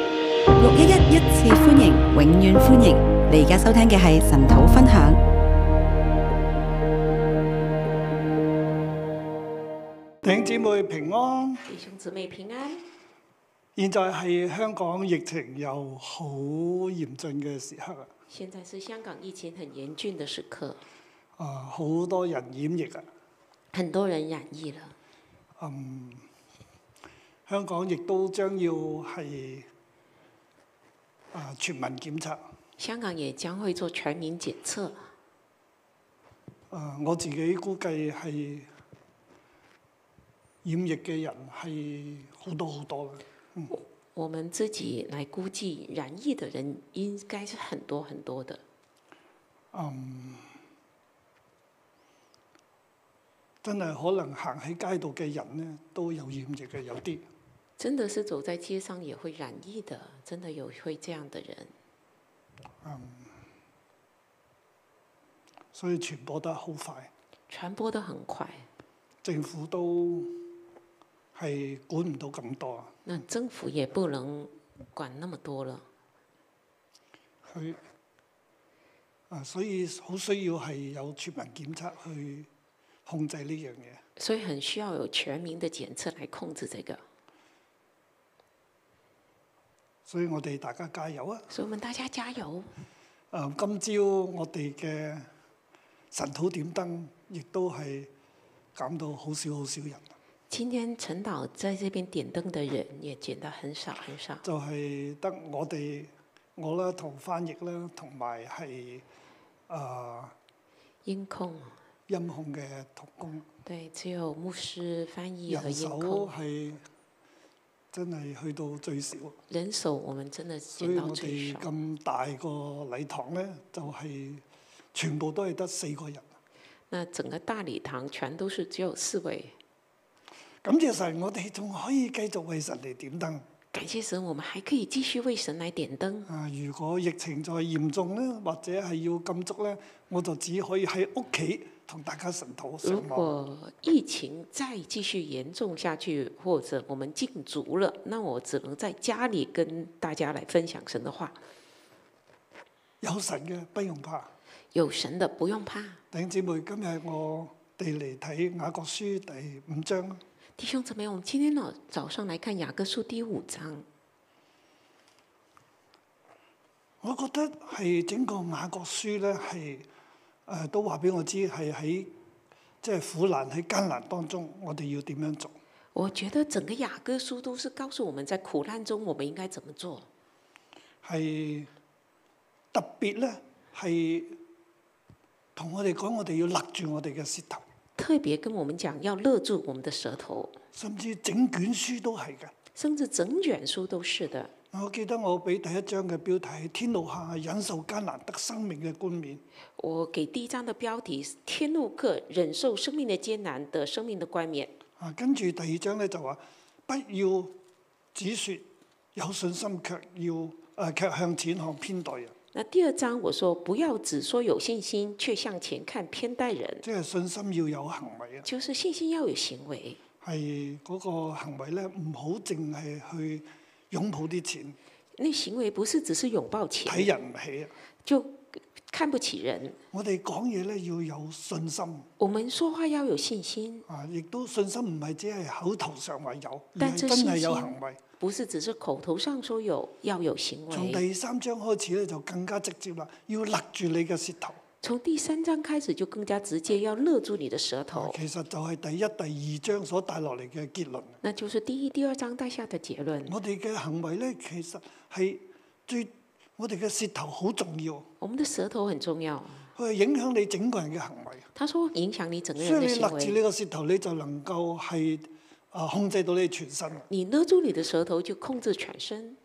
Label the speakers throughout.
Speaker 1: 六一一一次歡迎，永遠歡迎！你而家收聽嘅係神土分享。
Speaker 2: 弟兄姊妹平安，
Speaker 3: 弟兄姊妹平安。
Speaker 2: 現在係香港疫情又好嚴峻嘅時刻
Speaker 3: 现在是香港疫情很严峻的时刻，
Speaker 2: 啊！啊，好多人染疫啊！
Speaker 3: 很多人染疫了。
Speaker 2: 香港亦都將要係啊全民檢測。
Speaker 3: 香港也将会做全民检测，
Speaker 2: 啊，我自己估計係染疫嘅人係好多好多嘅。
Speaker 3: 我们自己来估计染疫的人应该是很多很多的。
Speaker 2: 真係可能行喺街度嘅人咧，都有染疫嘅，有啲
Speaker 3: 真的是走在街上也会染疫的，真的有会这样的人，
Speaker 2: 所以傳播得好快。
Speaker 3: 传播得很快。
Speaker 2: 政府都係管唔到咁多啊！
Speaker 3: 那政府也不能管那么多了，
Speaker 2: 佢啊，所以好需要係有全民檢測去控制呢樣嘢。
Speaker 3: 所以很需要有全民的检测来控制这个。
Speaker 2: 所以我哋大家加油啊！
Speaker 3: 所以我们大家加油。
Speaker 2: 啊，今朝我哋嘅神土點燈，亦都係減到好少好少人，啊
Speaker 3: 今天陈导在这边点灯的人也减到很少很少，
Speaker 2: 就係、得我哋我啦，同翻譯啦，同埋係啊
Speaker 3: 音控
Speaker 2: 音控嘅同工。
Speaker 3: 对，只有牧师、翻译和
Speaker 2: 人
Speaker 3: 音
Speaker 2: 手
Speaker 3: 控
Speaker 2: 係真係去到最少，
Speaker 3: 人手，我们真的
Speaker 2: 所
Speaker 3: 减
Speaker 2: 以
Speaker 3: 到
Speaker 2: 我
Speaker 3: 最
Speaker 2: 哋
Speaker 3: 少。
Speaker 2: 咁大個禮堂咧，就係、全部都係得四個人。
Speaker 3: 那整个大礼堂全都是只有四位，
Speaker 2: 感謝神，我哋仲可以繼續為神嚟點燈。
Speaker 3: 感谢神，我们还可以繼續為神來點燈。
Speaker 2: 啊，如果疫情再嚴重咧，或者係要禁足咧，我就只可以喺屋企同大家神討
Speaker 3: 如
Speaker 2: 上網。
Speaker 3: 果疫情再繼續嚴重下去，或者我們禁足了，那我只能在家里跟大家來分享神的話。
Speaker 2: 有神嘅不用怕。
Speaker 3: 有神的不用怕，
Speaker 2: 弟兄姊妹，今日我哋嚟睇雅各書第五章。
Speaker 3: 弟兄姊妹，我們今天呢早上來看雅各書第五章。
Speaker 2: 我覺得係整個雅各書咧，係誒、呃都話俾我知係喺即係苦難喺艱難當中，我哋要點樣做？
Speaker 3: 我覺得整個雅各書都是告訴我們在苦難中我們應該怎麼做。
Speaker 2: 係特別咧係同我哋講，我哋要勒住我哋嘅舌頭，
Speaker 3: 特別跟我們講要勒住我們的舌頭，
Speaker 2: 甚至整卷書都係嘅。
Speaker 3: 甚至整卷書都是的。
Speaker 2: 我記得我俾第一章嘅標題係天路下忍受艱難得生命嘅冠冕。
Speaker 3: 我給第一章的標題是“天路客忍受生命的艱難得生命的冠冕
Speaker 2: 啊，跟住第二章咧就話，不要只說有信心，卻要誒、呃、卻向錢看偏待人。”。
Speaker 3: 那第二章我說不要只說有信心，卻向前看偏待人，
Speaker 2: 即係信心要有行為啊，
Speaker 3: 就是信心要有行為，
Speaker 2: 係嗰個行為咧，唔好淨係去擁抱啲錢，
Speaker 3: 那行為不是只是擁抱錢
Speaker 2: 睇人唔起啊！
Speaker 3: 就看不起人。
Speaker 2: 我哋講嘢咧要有信心
Speaker 3: 我們說話要有信心，
Speaker 2: 啊，亦都信心唔係只係口頭上話有，而
Speaker 3: 但
Speaker 2: 係
Speaker 3: 這
Speaker 2: 真
Speaker 3: 信
Speaker 2: 係有
Speaker 3: 心
Speaker 2: 行為。
Speaker 3: 不是只是口頭上說有，要有行
Speaker 2: 從
Speaker 3: 為。
Speaker 2: 第三章開始咧就更加直接啦，要勒住你嘅舌頭。
Speaker 3: 從第三章開始就更加直接，要勒住你的舌
Speaker 2: 啊
Speaker 3: 頭。
Speaker 2: 其實就係第一、第二章所帶落嚟嘅結論。
Speaker 3: 那就是第一、第二章帶下的結論。
Speaker 2: 我哋嘅行為咧，其實係最我哋嘅舌頭好重要，
Speaker 3: 我們的舌頭很重要，
Speaker 2: 佢係影響你整個人嘅行為。
Speaker 3: 他說影響你整個
Speaker 2: 所
Speaker 3: 人
Speaker 2: 以
Speaker 3: 的
Speaker 2: 你勒
Speaker 3: 行
Speaker 2: 住呢
Speaker 3: 為。
Speaker 2: 個舌頭，你就能夠係啊控制到你全身。
Speaker 3: 你勒住你的舌頭就控制全身。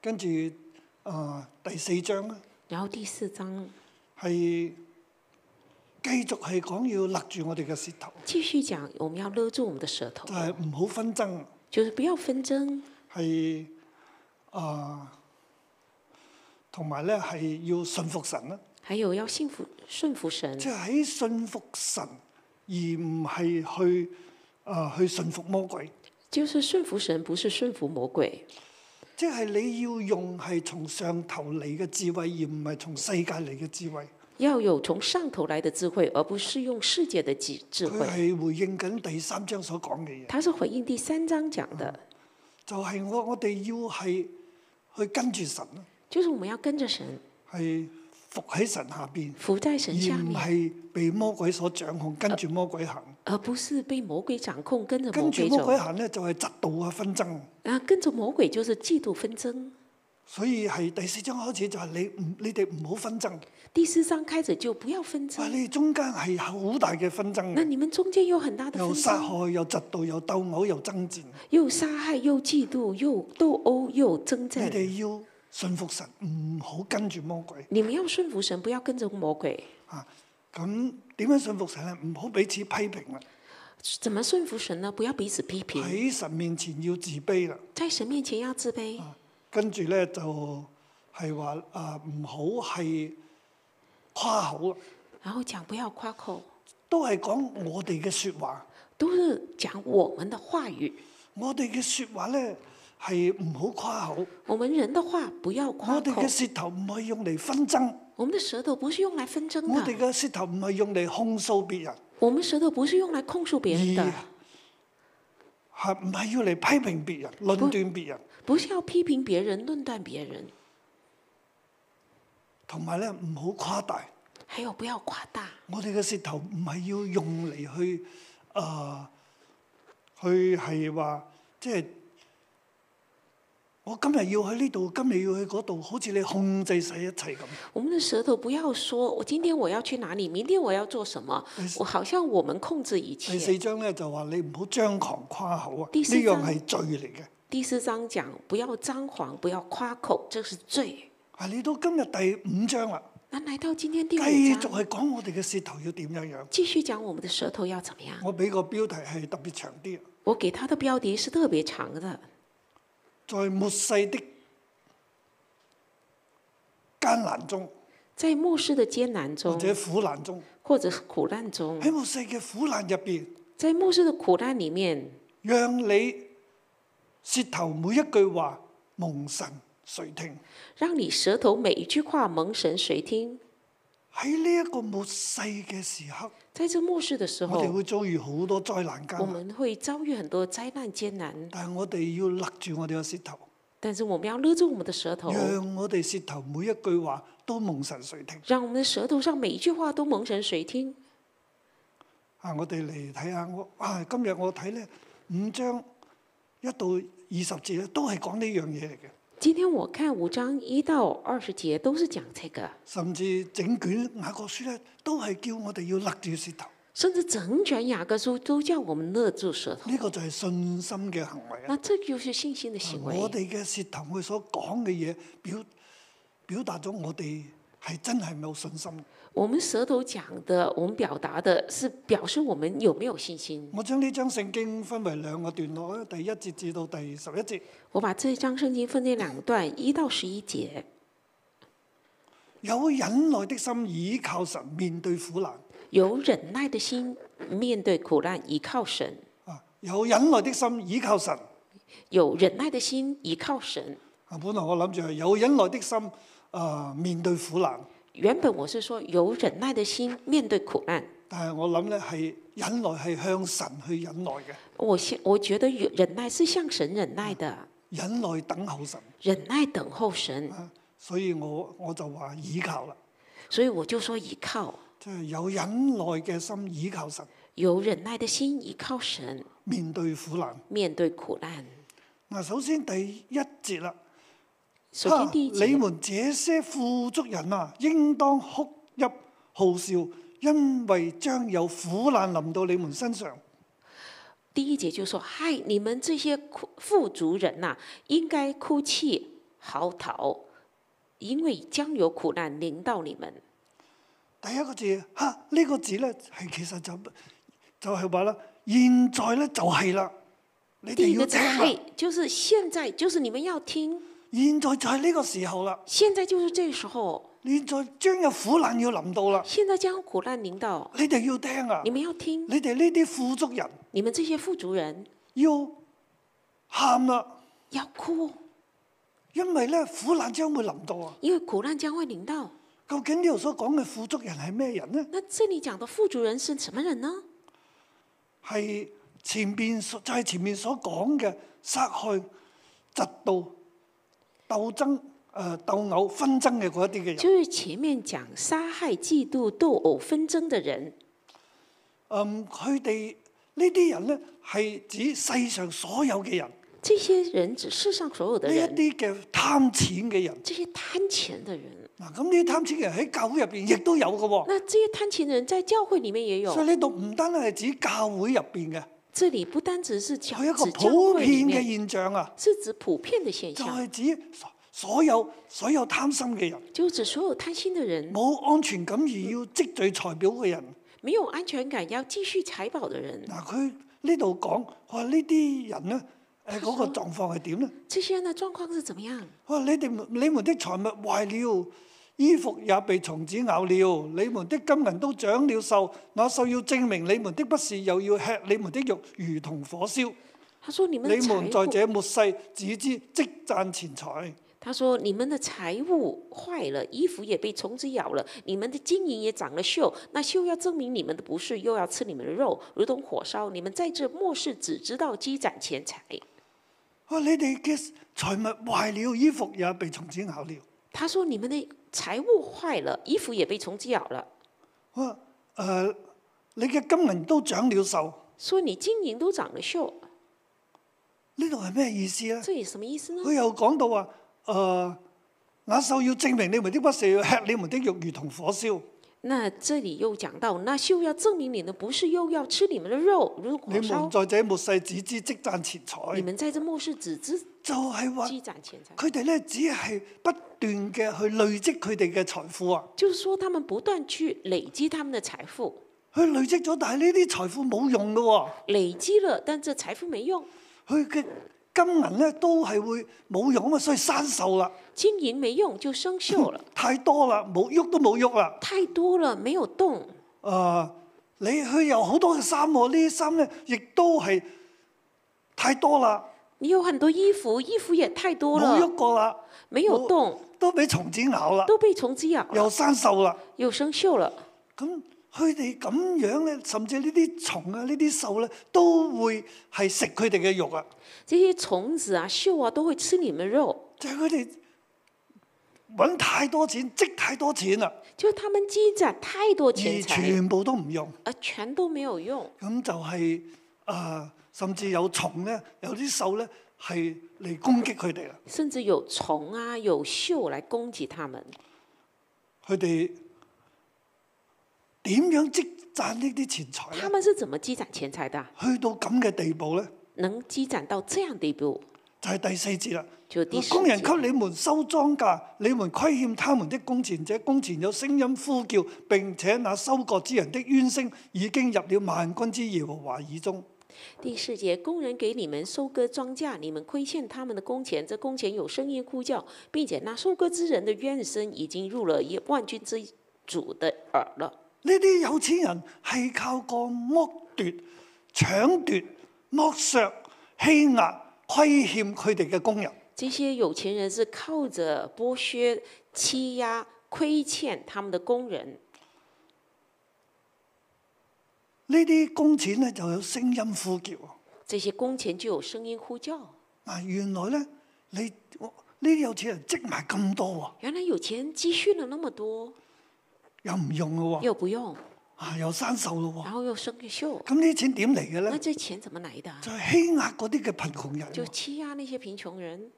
Speaker 2: 跟住啊第四章咧，
Speaker 3: 然後第四章
Speaker 2: 係繼續係講要勒住我哋嘅舌頭，
Speaker 3: 繼續講，我們要勒住我們的舌頭
Speaker 2: 就，係唔好紛爭，
Speaker 3: 就是不要紛爭，
Speaker 2: 係啊同埋咧係要信服神啦，
Speaker 3: 還有要信服順服神
Speaker 2: 即，係喺信服神而唔係呃去啊、去信服魔鬼。
Speaker 3: 就是順服神，不是順服魔鬼。
Speaker 2: 即係你要用係從上頭嚟嘅智慧，而唔係從世界嚟嘅智慧。
Speaker 3: 要有从上头来的智慧，而不是用世界的智智
Speaker 2: 佢
Speaker 3: 慧。
Speaker 2: 係回應緊第三章所講嘅嘢，
Speaker 3: 它是回应第三章讲的，
Speaker 2: 嗯就係、我我哋要係去跟住神啊，
Speaker 3: 就是我们要跟着神，
Speaker 2: 係服喺神下邊，
Speaker 3: 伏在
Speaker 2: 而
Speaker 3: 神下
Speaker 2: 唔
Speaker 3: 面，
Speaker 2: 係被魔鬼所掌控，跟住魔鬼行。
Speaker 3: 而不是被魔鬼掌控，跟着魔
Speaker 2: 跟住
Speaker 3: 鬼
Speaker 2: 魔
Speaker 3: 走
Speaker 2: 鬼。行咧，就係嫉妒啊、紛爭。
Speaker 3: 啊，跟着魔鬼就是嫉妒纷争。
Speaker 2: 所以係第四章開始就係你唔你哋唔好紛爭，
Speaker 3: 第四章开始就不要纷
Speaker 2: 哇！
Speaker 3: 争，
Speaker 2: 你哋中間係好大嘅紛爭
Speaker 3: 那
Speaker 2: 嘅，
Speaker 3: 你们中间有很大的
Speaker 2: 又
Speaker 3: 纷
Speaker 2: 殺
Speaker 3: 争，
Speaker 2: 害又嫉妒又鬥殴又爭戰。
Speaker 3: 又杀害，又嫉妒，又斗殴，又征
Speaker 2: 你
Speaker 3: 战。
Speaker 2: 哋要信服神，唔好跟住魔鬼
Speaker 3: 你们要顺服神，不要跟着魔鬼。
Speaker 2: 啊！咁點樣信服神咧？唔好彼此批評啦，
Speaker 3: 怎么顺服神呢？不要彼此批评，
Speaker 2: 喺神面前要自卑啦。
Speaker 3: 在神面前要自卑，
Speaker 2: 啊跟住咧就係話啊，唔好係誇口啦，
Speaker 3: 然后讲不要夸口，
Speaker 2: 都係講我哋嘅説話。
Speaker 3: 都是讲我们的话语。
Speaker 2: 我哋嘅説話咧係唔好誇口，
Speaker 3: 我们人的话不要夸
Speaker 2: 我哋
Speaker 3: 口
Speaker 2: 嘅，舌頭唔係用嚟紛爭，
Speaker 3: 我们的舌头不是用来纷争
Speaker 2: 我哋
Speaker 3: 的，
Speaker 2: 嘅舌頭唔係用嚟控訴別人，
Speaker 3: 我们舌头不是用来控诉别人的，
Speaker 2: 係唔係要嚟批評別人、論斷別人，
Speaker 3: 不是要批评别人、论断别人，
Speaker 2: 同埋咧唔好誇大。
Speaker 3: 还有不要夸大。
Speaker 2: 我哋嘅舌頭唔係要用嚟去啊、去係話即係我今日要去呢度，今日要去嗰度，好似你控制晒一切咁。
Speaker 3: 我们的舌头不要说，我今天我要去哪里，明天我要做什么，我好像我们控制一
Speaker 2: 第
Speaker 3: 切。
Speaker 2: 四章咧就話你唔好張狂誇口啊，呢
Speaker 3: 第四章
Speaker 2: 樣係罪嚟嘅。
Speaker 3: 第四章讲不要张狂，不要夸口，这是罪。
Speaker 2: 啊，嚟到今日第五章啦，
Speaker 3: 那来到今天第
Speaker 2: 繼
Speaker 3: 五
Speaker 2: 續
Speaker 3: 章，
Speaker 2: 係講我哋嘅舌頭要點樣樣。
Speaker 3: 继续講我們的舌頭要怎麼樣。
Speaker 2: 我俾個標題係特別長啲，啊
Speaker 3: 我給他的標題是特別長的，
Speaker 2: 在末世的艱難中
Speaker 3: 在末世的艱難
Speaker 2: 或
Speaker 3: 中，
Speaker 2: 者苦難中，
Speaker 3: 或者是苦難中，
Speaker 2: 喺末世嘅苦難入邊，
Speaker 3: 在末世的苦難裡面，
Speaker 2: 讓你舌頭每一句話蒙神垂聽。
Speaker 3: 讓你舌頭每一句話蒙神垂聽。
Speaker 2: 喺呢一個末世嘅時刻，
Speaker 3: 在這末世的時
Speaker 2: 我哋
Speaker 3: 候，
Speaker 2: 會遭遇好多災難
Speaker 3: 我
Speaker 2: 艱難，
Speaker 3: 們會遭遇很多災難艱難，
Speaker 2: 但係我哋要勒住我哋嘅舌頭，
Speaker 3: 但是我們要勒住我們的舌頭，
Speaker 2: 讓我哋舌頭每一句話都蒙神垂聽。
Speaker 3: 讓我們的舌頭上每一句話都蒙神垂聽。
Speaker 2: 啊，我哋嚟睇下我啊，今日我睇咧五章一到二十節咧，都係講呢樣嘢嚟嘅，
Speaker 3: 今天我看五章一到二十節都是講這個，
Speaker 2: 甚至整卷雅各書咧都係叫我哋要勒住舌頭，
Speaker 3: 甚至整卷雅各書都叫我們勒住舌頭。
Speaker 2: 呢、個就係信心嘅行為啊！
Speaker 3: 那这就是信心的行为
Speaker 2: 我。哋嘅舌頭佢所講嘅嘢表表達咗我哋係真係冇信心。
Speaker 3: 我们舌头讲的，我们表达的是表示我们有没有信心。
Speaker 2: 我將呢章聖經分為兩個段落啊，第一節至到第十一節。
Speaker 3: 我把这张圣经分成两段，一到十一节。
Speaker 2: 有忍耐的心倚靠神面對苦難
Speaker 3: 有忍耐的心面对苦难，依靠神；
Speaker 2: 啊！有忍耐的心倚靠神。
Speaker 3: 有忍耐的心依靠神。
Speaker 2: 啊，本來我諗住係有忍耐的心，啊、面對苦難。
Speaker 3: 原本我是说有忍耐的心面对苦难，
Speaker 2: 但係我諗咧係忍耐係向神去忍耐嘅，
Speaker 3: 我现我觉得有忍耐是向神忍耐的，
Speaker 2: 忍耐等候神
Speaker 3: 忍耐等候神，
Speaker 2: 啊。所以我我就話倚靠啦，
Speaker 3: 所以我就说依靠，
Speaker 2: 即、係、有忍耐嘅心倚靠神，
Speaker 3: 有忍耐的心依靠神
Speaker 2: 面對苦難。
Speaker 3: 面对苦难。
Speaker 2: 嗱，首先第一節啦，
Speaker 3: 首先
Speaker 2: 啊
Speaker 3: 第一节。
Speaker 2: 你們這些富足人啊，應當哭泣號笑，因為將有苦難臨到你們身上。
Speaker 3: 第一节就说：“嗨，你们这些苦富足人呐、应该哭泣嚎啕，因为将有苦难临到你们。
Speaker 2: 第一個字嚇，呢、個字咧係其實就就係話啦，現在咧就係啦，”你
Speaker 3: 第
Speaker 2: 哋
Speaker 3: 一
Speaker 2: 要
Speaker 3: 个字
Speaker 2: 聽
Speaker 3: “嗨
Speaker 2: 啦，”，
Speaker 3: 就是現在，就是你們要聽，
Speaker 2: 現在就係呢個時候啦，
Speaker 3: 現在就是这時候，
Speaker 2: 現在將有苦難要臨到啦，
Speaker 3: 現在將有苦難臨到，
Speaker 2: 你哋要聽啊
Speaker 3: 你，們要聽，
Speaker 2: 你哋呢啲富足人
Speaker 3: 你們這些富足人
Speaker 2: 要喊啦，
Speaker 3: 要哭，
Speaker 2: 因為咧苦難將會臨到啊。
Speaker 3: 因为苦难将会临到。
Speaker 2: 究竟呢度所講嘅富足人係咩人呢？
Speaker 3: 那这里讲的富足人是什么人呢？
Speaker 2: 係前邊所就係、前面所講嘅殺害、嫉妒、鬥爭、誒、呃、鬥偶、紛爭嘅嗰一啲嘅人。
Speaker 3: 就是前面讲杀害、嫉妒、斗殴、纷争的人，
Speaker 2: 嗯，佢哋呢啲人咧係指世上所有嘅人，
Speaker 3: 这些人指世上所有的
Speaker 2: 呢一
Speaker 3: 人，
Speaker 2: 啲嘅貪錢嘅人。
Speaker 3: 这些贪钱的人。
Speaker 2: 嗱，咁呢啲貪錢嘅人喺教會入邊亦都有嘅喎、
Speaker 3: 那这些贪錢的人在教会里面也
Speaker 2: 所
Speaker 3: 有，
Speaker 2: 以呢度唔單係指教會入邊嘅，
Speaker 3: 这里不单只是教
Speaker 2: 佢一個
Speaker 3: 指教
Speaker 2: 普
Speaker 3: 会
Speaker 2: 遍
Speaker 3: 里
Speaker 2: 嘅現
Speaker 3: 面，
Speaker 2: 象啊，
Speaker 3: 是指普遍的现
Speaker 2: 就
Speaker 3: 象，
Speaker 2: 係指所有所有貪心嘅人，
Speaker 3: 就指所有贪心的人，
Speaker 2: 冇安全感而要積聚財表嘅人。
Speaker 3: 没有安全感要继续财宝的人，
Speaker 2: 嗱，佢呢度講，佢話呢啲人咧，誒嗰個狀況係點咧？
Speaker 3: 这些人的狀況是怎么樣？
Speaker 2: 佢話你哋你們的財物壞了，衣服也被蟲子咬了，你們的金銀都長了壽，那壽要證明你們的不是，又要吃你們的肉，如同火燒。
Speaker 3: 他说：你们的
Speaker 2: 你們在
Speaker 3: 财物，
Speaker 2: 這末世只知積賺錢財。
Speaker 3: 他说你们的财物坏了，衣服也被虫子咬了，你们的金银也长了锈，那锈要证明你们的不是，又要吃你们的肉，如同火烧。你们在这末世只知道积攒钱财。
Speaker 2: 啊！你哋嘅財物壞了，衣服也被蟲子咬了。
Speaker 3: 他说：“你们的财物坏了，衣服也被虫子咬了，
Speaker 2: 啊！誒、你嘅金銀都長了壽，
Speaker 3: 说你金银都长了锈，
Speaker 2: 呢度係咩意思咧？
Speaker 3: 这也什么意思呢？
Speaker 2: 佢又講到話，誒、那獸要證明你們的不是，要吃你們的肉，如同火燒。
Speaker 3: 那这里又讲到，那锈要证明你们不是又要吃你们的肉，如
Speaker 2: 你
Speaker 3: 火烧
Speaker 2: 們。在這末世只知積賺錢
Speaker 3: 你
Speaker 2: 財，
Speaker 3: 们在这末世只知
Speaker 2: 就係話
Speaker 3: 积攒钱财，
Speaker 2: 佢哋咧只係不斷嘅去累積佢哋嘅財富啊！
Speaker 3: 就是说他们不断去累积他们的财富，
Speaker 2: 佢累積咗，但係呢啲財富冇用嘅喎、
Speaker 3: 累积了，但这财富没用，
Speaker 2: 佢嘅金銀咧都係會冇用啊，所以生鏽啦，
Speaker 3: 金银没用就生锈了，
Speaker 2: 太多啦，冇喐都冇喐啦。
Speaker 3: 太多了没有动。
Speaker 2: 誒、你佢有好多嘅衫喎，呢啲衫咧亦都係太多啦，
Speaker 3: 你有很多衣服，衣服也太多
Speaker 2: 冇
Speaker 3: 了，
Speaker 2: 喐過啦，
Speaker 3: 没有动，
Speaker 2: 都俾蟲子咬啦，
Speaker 3: 都被虫子咬
Speaker 2: 又
Speaker 3: 了，
Speaker 2: 生鏽啦。
Speaker 3: 又生锈了。”
Speaker 2: 咁佢哋咁樣咧，甚至呢啲蟲啊、呢啲獸咧，都會係食佢哋嘅肉啊，
Speaker 3: 这些虫子啊、锈啊都会吃你们肉，
Speaker 2: 就係佢哋揾太多錢，積太多錢啦，
Speaker 3: 就他们积攒太多
Speaker 2: 而
Speaker 3: 钱财，
Speaker 2: 全部都唔用。
Speaker 3: 而全都没有用。
Speaker 2: 咁就係、啊甚至有蟲咧，有啲獸咧係嚟攻擊佢哋啊啦。
Speaker 3: 甚至有虫啊、有锈来攻击他们。
Speaker 2: 佢哋點樣積賺呢啲錢財
Speaker 3: 他
Speaker 2: 咧？
Speaker 3: 们是怎么积攒钱财的啊？
Speaker 2: 去到咁嘅地步咧，
Speaker 3: 能积攒到这样地步，
Speaker 2: 就係、第四節啦。
Speaker 3: 就第十
Speaker 2: 工人
Speaker 3: 节。
Speaker 2: 給你們收莊稼，你們虧欠他們的工錢者，工錢有聲音呼叫，並且那收割之人的冤聲已經入了萬軍之耶和華耳中。
Speaker 3: 第四节，工人给你们收割庄稼，你们亏欠他们的工钱，这工钱有声音呼叫，并且那收割之人的怨声已经入了万军之主的耳了。
Speaker 2: 呢啲有錢人係靠個剝奪、搶奪、剝削、欺壓、虧欠佢哋嘅工人。
Speaker 3: 这些有钱人是靠着剥削、欺压、亏欠他们的工人，
Speaker 2: 呢啲工錢咧就有聲音呼叫。
Speaker 3: 这些工钱就有声音呼叫。
Speaker 2: 嗱，原來咧你我呢啲有錢人積埋咁多
Speaker 3: 原来有钱人积蓄了那么多，
Speaker 2: 喎，又唔用咯喎，
Speaker 3: 又不用，
Speaker 2: 啊又生鏽咯
Speaker 3: 然后又生
Speaker 2: 喎。
Speaker 3: 锈，
Speaker 2: 咁呢啲錢點嚟嘅咧
Speaker 3: 那？这钱怎么来的啊？
Speaker 2: 就係欺壓嗰啲嘅貧窮人
Speaker 3: 就
Speaker 2: 喎，
Speaker 3: 欺压那些贫穷人，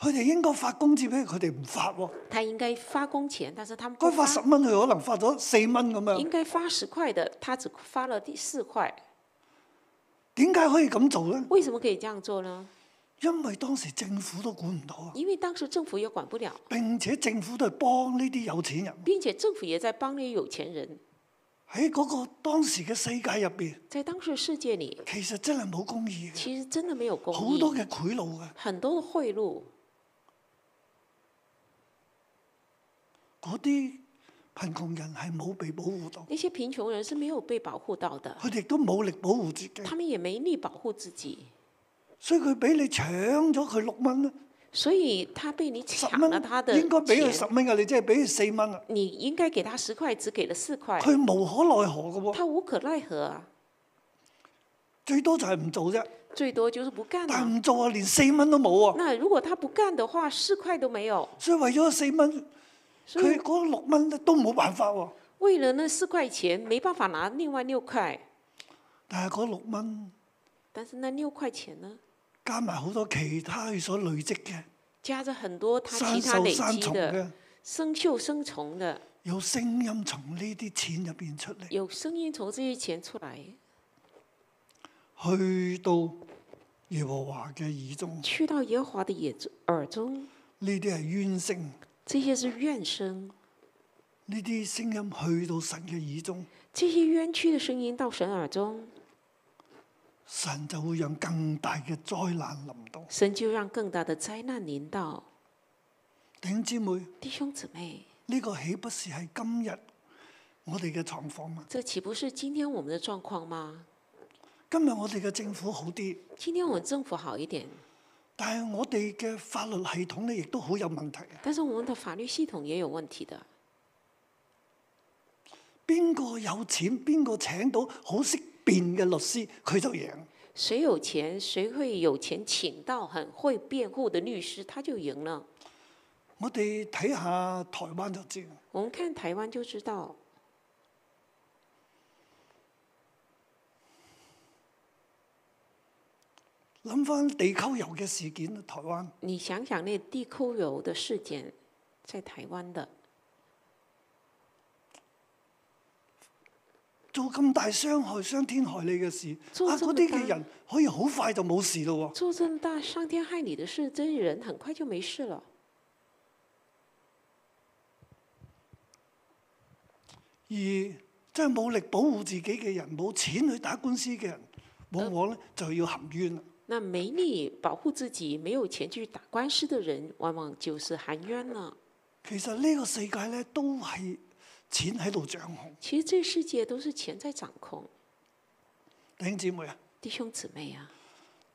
Speaker 2: 佢哋應該發工資俾佢哋唔發喎，
Speaker 3: 他应该发工钱，但是他们不
Speaker 2: 該發十
Speaker 3: 发，
Speaker 2: 蚊佢可能發咗四蚊咁
Speaker 3: 应
Speaker 2: 樣，
Speaker 3: 该发十块的，他只发了第四块，
Speaker 2: 點解可以咁做咧？
Speaker 3: 为什么可以这样做呢？
Speaker 2: 因為當時政府都管唔到啊，
Speaker 3: 因为当时政府也管不了，
Speaker 2: 並且政府都係幫呢啲有錢人
Speaker 3: 并且政府也在帮那些有钱人，
Speaker 2: 喺嗰個當時嘅世界入邊，
Speaker 3: 在当时世界里，
Speaker 2: 其實真係冇公義嘅，
Speaker 3: 其实真的没有公
Speaker 2: 好
Speaker 3: 义，
Speaker 2: 多嘅賄賂嘅，
Speaker 3: 很多的贿赂，
Speaker 2: 嗰啲貧窮人係冇被保護到，
Speaker 3: 那些贫窮人是沒有被保護到的，
Speaker 2: 佢哋都冇力保護自己，
Speaker 3: 他們也沒力保護自己，
Speaker 2: 所以佢俾你搶咗佢六蚊咧，
Speaker 3: 所以他被你抢
Speaker 2: 蚊
Speaker 3: 了他的
Speaker 2: 應該俾佢
Speaker 3: 钱
Speaker 2: 十，蚊㗎，你即係俾佢四蚊啊！
Speaker 3: 你应该给他十块，只给了四块，
Speaker 2: 佢無可奈何嘅喎，
Speaker 3: 他无可奈何啊，
Speaker 2: 最多就係唔做啫。
Speaker 3: 最多就是不干
Speaker 2: 但
Speaker 3: 啊。
Speaker 2: 係唔做啊，連四蚊都冇啊！
Speaker 3: 那如果他不干的话，四块都没有，
Speaker 2: 所以為咗四蚊，
Speaker 3: 所
Speaker 2: 佢
Speaker 3: 以
Speaker 2: 嗰六蚊咧都冇辦法喎。
Speaker 3: 为了那四块钱，没办法拿另外六块。
Speaker 2: 但係嗰六蚊
Speaker 3: 但是那六块钱呢，
Speaker 2: 加埋好多其他佢所累積嘅
Speaker 3: 加着很多他
Speaker 2: 生
Speaker 3: 其他累
Speaker 2: 鏽生
Speaker 3: 积
Speaker 2: 蟲
Speaker 3: 的
Speaker 2: 嘅，
Speaker 3: 生锈生虫的，
Speaker 2: 有聲音從呢啲錢入邊出嚟，
Speaker 3: 有声音从这些钱出来，
Speaker 2: 去到耶和華嘅耳中，
Speaker 3: 去到耶和华的眼中耳中，
Speaker 2: 呢啲係冤聲，
Speaker 3: 这些是怨声，
Speaker 2: 呢啲聲音去到神嘅耳中，
Speaker 3: 这些冤屈的声音到神耳中，
Speaker 2: 神就會讓更大嘅災難臨到。
Speaker 3: 神就让更大的灾难临到。
Speaker 2: 弟兄姊妹，
Speaker 3: 弟兄姊妹，
Speaker 2: 呢、個豈不是係今日我哋嘅狀況嘛？
Speaker 3: 这岂不是今天我们的状况吗？
Speaker 2: 今日我哋嘅政府好啲，
Speaker 3: 今天我们政府好一点，
Speaker 2: 但係我哋嘅法律系統咧亦都好有問題啊！
Speaker 3: 但是我们的法律系统也有问题的。
Speaker 2: 邊個有錢，邊個請到好識辯嘅律師，佢就贏。
Speaker 3: 谁有钱，谁会有钱请到很会辩护的律师，他就赢了。
Speaker 2: 我哋睇下台灣就知，
Speaker 3: 我们看台湾就知道，
Speaker 2: 諗翻地溝油嘅事件，啊台灣
Speaker 3: 你想想那地沟油的事件，在台湾的
Speaker 2: 做咁大傷害、傷天害理嘅事，
Speaker 3: 做
Speaker 2: 啊
Speaker 3: 這
Speaker 2: 嗰
Speaker 3: 麼
Speaker 2: 啲
Speaker 3: 大
Speaker 2: 嘅人可以好快就冇事咯喎。
Speaker 3: 做这么大伤天害理的事，这些人很快就没事了。
Speaker 2: 而真係冇力保護自己嘅人，冇錢去打官司嘅人，
Speaker 3: 嗯
Speaker 2: 往往咧就要含冤啦。
Speaker 3: 那没力保护自己、没有钱去打官司的人，往往就是含冤了。
Speaker 2: 其實呢個世界咧都係錢喺度掌控，
Speaker 3: 其实这世界都是钱在掌控，
Speaker 2: 弟兄姊妹啊！
Speaker 3: 弟兄姊妹啊，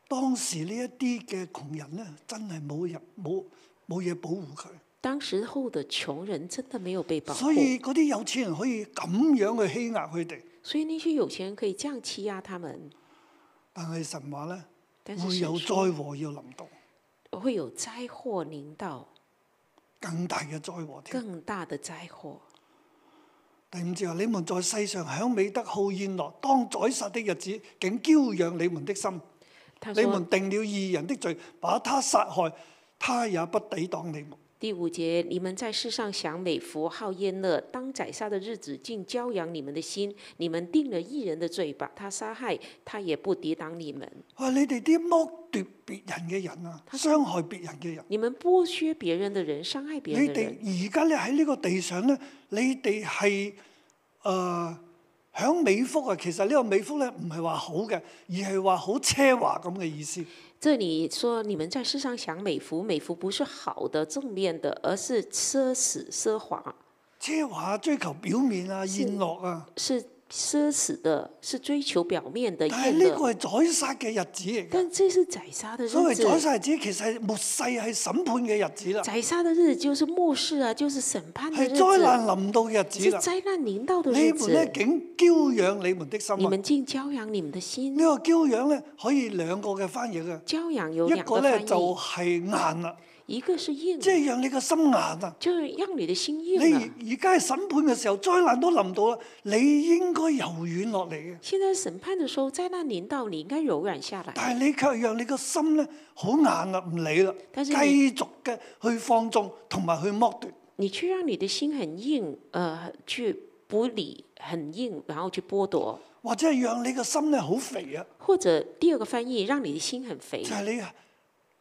Speaker 2: 當時呢一啲嘅窮人咧，真係冇人冇冇嘢保護佢，
Speaker 3: 当时候的穷人真的没有被保护，
Speaker 2: 所以嗰啲有錢人可以咁樣去欺壓佢哋。
Speaker 3: 所以那些有钱人可以这样欺壓他们，
Speaker 2: 但係神話咧，
Speaker 3: 但是
Speaker 2: 會有
Speaker 3: 神说
Speaker 2: 災禍要臨到，
Speaker 3: 会有灾祸临到，
Speaker 2: 更大嘅災禍添。
Speaker 3: 更大的灾祸。
Speaker 2: 第五節啊話：你們在世上享美德、好宴樂，當宰殺的日子，竟嬌養你們的心。
Speaker 3: 他
Speaker 2: 你
Speaker 3: 说
Speaker 2: 們定了義人的罪，把他殺害，他也不抵擋你們。
Speaker 3: 第五节，你们在世上享美福、好宴乐，当宰杀的日子竟骄养你们的心。你们定了一人的罪，把他杀害，他也不抵挡你们。
Speaker 2: 話你哋啲剝奪別人嘅人啊，傷害別人嘅人。
Speaker 3: 你们剥削别人的人，伤害别
Speaker 2: 你
Speaker 3: 人的人。
Speaker 2: 哋而家咧喺呢個地上咧，你哋係誒享美福啊！其實呢個美福咧唔係話好嘅，而係話好奢華咁嘅意思。
Speaker 3: 这里说你们在世上享美福，美福不是好的、正面的，而是奢侈、奢华，
Speaker 2: 奢華追求表面啊、
Speaker 3: 是
Speaker 2: 宴樂啊，
Speaker 3: 是奢侈的，是追求表面的
Speaker 2: 但係
Speaker 3: 宴
Speaker 2: 呢
Speaker 3: 乐。
Speaker 2: 個係宰殺嘅日子嚟嘅。
Speaker 3: 但这是宰杀的日
Speaker 2: 所謂宰
Speaker 3: 子，
Speaker 2: 殺日子，其實係末世係審判嘅日 子啦，
Speaker 3: 宰杀的日子就是末世啊，就是审判的
Speaker 2: 係
Speaker 3: 日
Speaker 2: 災
Speaker 3: 子，
Speaker 2: 難臨到嘅日子
Speaker 3: 是
Speaker 2: 啦。
Speaker 3: 灾难临到的
Speaker 2: 你
Speaker 3: 日
Speaker 2: 們
Speaker 3: 子。
Speaker 2: 咧竟嬌養你們的心
Speaker 3: 你
Speaker 2: 啊！
Speaker 3: 们竟教养你们的
Speaker 2: 呢
Speaker 3: 心，
Speaker 2: 個嬌養咧可以兩個嘅翻譯嘅，
Speaker 3: 教养有
Speaker 2: 一
Speaker 3: 两
Speaker 2: 個
Speaker 3: 个
Speaker 2: 咧
Speaker 3: 翻
Speaker 2: 就
Speaker 3: 译，嗯
Speaker 2: 係硬啦，
Speaker 3: 一个是硬，
Speaker 2: 即係讓你個心硬啊。
Speaker 3: 就是让你的心硬啊
Speaker 2: 你
Speaker 3: 了。
Speaker 2: 而而家係審判嘅時候，災難都臨到啦，你應該柔軟落嚟嘅，
Speaker 3: 现在审判的时候，灾难临到，你应该柔软下来。
Speaker 2: 但係你卻讓你個心咧好硬啦，唔理啦，
Speaker 3: 但是
Speaker 2: 繼續嘅去放縱同埋去剝奪。
Speaker 3: 你去让你的心很硬，呃，去不理，很硬，然后去剥夺。
Speaker 2: 或者係讓你個心咧好肥啊，
Speaker 3: 或者第二个翻译，让你的心很肥
Speaker 2: 就，係、你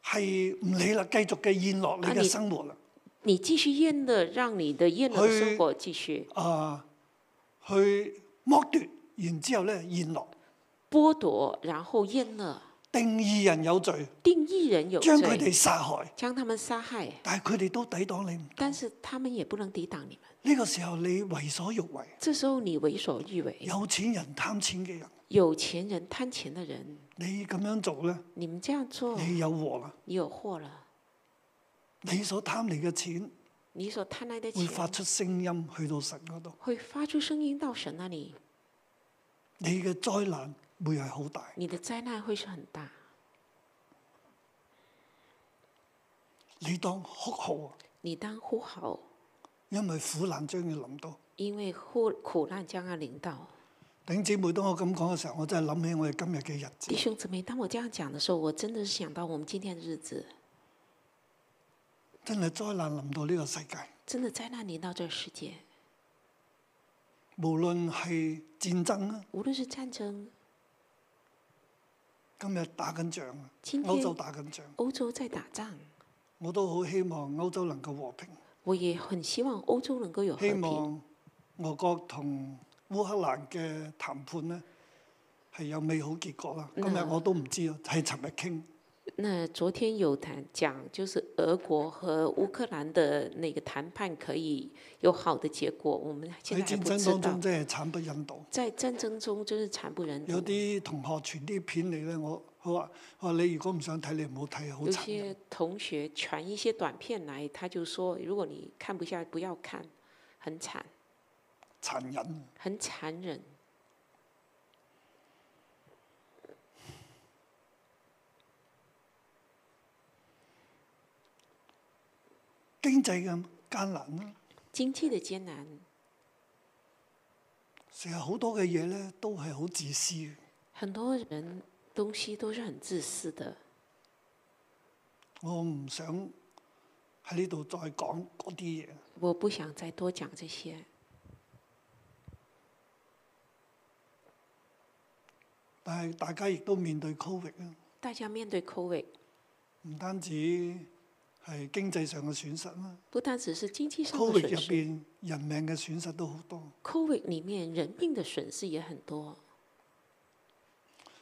Speaker 2: 係唔理啦，繼續嘅宴落你
Speaker 3: 啊
Speaker 2: 嘅
Speaker 3: 你
Speaker 2: 生活啦，
Speaker 3: 你继续厌乐，让你的厌乐的
Speaker 2: 去
Speaker 3: 生活继续
Speaker 2: 啊、去剝奪，然之後咧宴落，
Speaker 3: 剥夺，然后厌乐，
Speaker 2: 定義人有罪，
Speaker 3: 定義人有
Speaker 2: 將佢哋
Speaker 3: 罪，
Speaker 2: 殺害，
Speaker 3: 将他们杀害，
Speaker 2: 但係佢哋都抵擋你。
Speaker 3: 但是他们也不能抵挡你们。
Speaker 2: 呢、個時候你為所欲為，
Speaker 3: 这时候你为所欲为，
Speaker 2: 有錢人貪錢嘅人。
Speaker 3: 有钱人、贪钱的人，
Speaker 2: 你咁樣做咧，
Speaker 3: 你们这样做，
Speaker 2: 你有禍啦。
Speaker 3: 你有祸了。
Speaker 2: 你所貪嚟嘅錢
Speaker 3: 你所贪爱
Speaker 2: 會
Speaker 3: 的钱
Speaker 2: 發出聲音去到神嗰度，
Speaker 3: 会发出声音到神那里，
Speaker 2: 你嘅災難會係好大。
Speaker 3: 你的灾难会是很大。
Speaker 2: 你當哭號啊，
Speaker 3: 你当呼号，
Speaker 2: 因為苦難將要臨到。
Speaker 3: 因为苦苦难将要临到。
Speaker 2: 頂姊妹，當我咁講嘅時候，我真係諗起我哋今日嘅日子。
Speaker 3: 弟兄姊妹，当我这样讲的时候，我真的是想到我们今天的日子，
Speaker 2: 真係災難臨到呢個世界，
Speaker 3: 真的灾难临到这个世界，
Speaker 2: 無論係戰爭啊，
Speaker 3: 无论是战争，
Speaker 2: 今日打緊仗啊，
Speaker 3: 今天
Speaker 2: 歐洲打緊仗，
Speaker 3: 欧洲在打仗，
Speaker 2: 我都好希望歐洲能夠和平，
Speaker 3: 我也很希望欧洲能够有和
Speaker 2: 希
Speaker 3: 平。
Speaker 2: 望俄國同烏克蘭嘅談判呢係有美好結果啦。
Speaker 3: 嗯
Speaker 2: 今日我都唔知啊，係尋日傾，
Speaker 3: 那昨天有谈讲，就是俄国和乌克兰的那个谈判可以有好的结果，我们现
Speaker 2: 喺
Speaker 3: 在
Speaker 2: 戰
Speaker 3: 还不
Speaker 2: 爭
Speaker 3: 知
Speaker 2: 當
Speaker 3: 道
Speaker 2: 中。真係慘不忍睹。
Speaker 3: 在战争中真是惨不忍睹。
Speaker 2: 有啲同學傳啲片嚟咧，我佢話：我話你如果唔想睇，你唔好睇，好
Speaker 3: 有
Speaker 2: 殘忍。
Speaker 3: 些同学传一些短片来，他就说，如果你看不下，不要看，很惨，
Speaker 2: 殘忍。
Speaker 3: 很残忍。
Speaker 2: 經濟嘅艱難啦，
Speaker 3: 经济的艰难，
Speaker 2: 成日好多嘅嘢咧都係好自私嘅。
Speaker 3: 很多人东西都是很自私的。
Speaker 2: 我唔想喺呢度再講嗰啲嘢。
Speaker 3: 我不想再多讲这些，
Speaker 2: 但係大家亦都面對 Covid 啊，
Speaker 3: 大家面对 COVID，
Speaker 2: 唔單止係經濟上嘅損失啦
Speaker 3: 不但只是经济上的
Speaker 2: ，Covid 入
Speaker 3: 损失
Speaker 2: 邊人命嘅損失都好多，
Speaker 3: ，COVID 里面人命的损失也很多，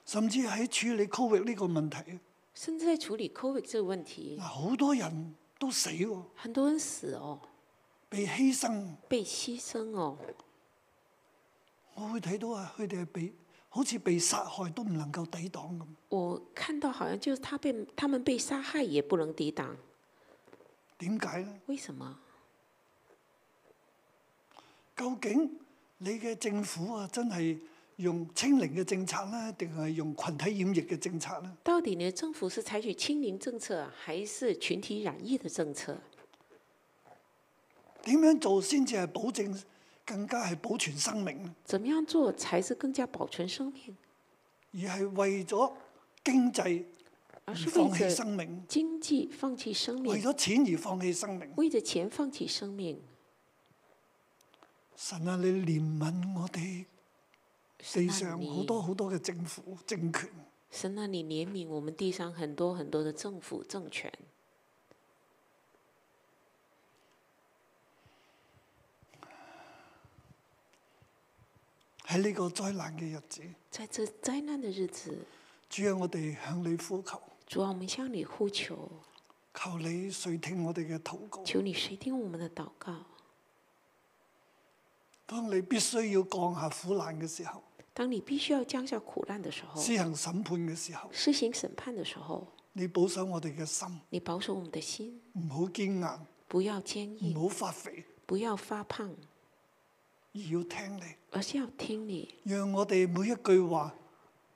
Speaker 2: 甚至喺處理 Covid 呢個問題啊，
Speaker 3: 甚至在处理 COVID 这个问题
Speaker 2: 嗱，好多人都死喎，
Speaker 3: 很多人死哦，
Speaker 2: 被犧牲。
Speaker 3: 被牺牲哦，
Speaker 2: 我會睇到啊，佢哋係被好似被殺害都唔能夠抵擋咁，
Speaker 3: 我看到好像就是他被他们被杀害也不能抵挡，
Speaker 2: 點解呢？
Speaker 3: 为什么？
Speaker 2: 究竟你嘅政府啊，真係用清零嘅政策呢，定係用群體染疫嘅政策呢？
Speaker 3: 到底你的政府是采取清零政策啊，还是群体染疫的政策？
Speaker 2: 點樣做先至係保證更加係保存生命呢？
Speaker 3: 怎么样做才是更加保存生命，
Speaker 2: 而係為咗經濟
Speaker 3: 而
Speaker 2: 而
Speaker 3: 是
Speaker 2: 放
Speaker 3: 为
Speaker 2: 棄
Speaker 3: 着
Speaker 2: 生命，
Speaker 3: 经济放弃生
Speaker 2: 為
Speaker 3: 命，
Speaker 2: 咗錢而放棄生命。
Speaker 3: 为着钱放弃生命？
Speaker 2: 神啊，你憐憫我哋
Speaker 3: 神
Speaker 2: 地
Speaker 3: 啊
Speaker 2: 上
Speaker 3: 你
Speaker 2: 好多好多嘅政府政權，
Speaker 3: 神啊，你怜悯我们地上很多很多的政府政权，
Speaker 2: 喺呢個災難嘅日子，
Speaker 3: 在这灾难的日子，
Speaker 2: 主啊，我哋向你呼求，
Speaker 3: 主啊，我们向你呼求，
Speaker 2: 求你垂聽我哋嘅禱告。
Speaker 3: 求你垂听我们的祷告。
Speaker 2: 當你必須要降下苦難嘅時候，
Speaker 3: 当你必须要降下苦难的时候，
Speaker 2: 施行審判嘅時候，
Speaker 3: 施行审判的时候，
Speaker 2: 你保守我哋嘅心，
Speaker 3: 你保守我们的心，
Speaker 2: 唔好堅硬，
Speaker 3: 不要坚硬，
Speaker 2: 唔好發肥，
Speaker 3: 不要发胖，
Speaker 2: 而要聽你。
Speaker 3: 而是要听你，
Speaker 2: 讓我哋每一句話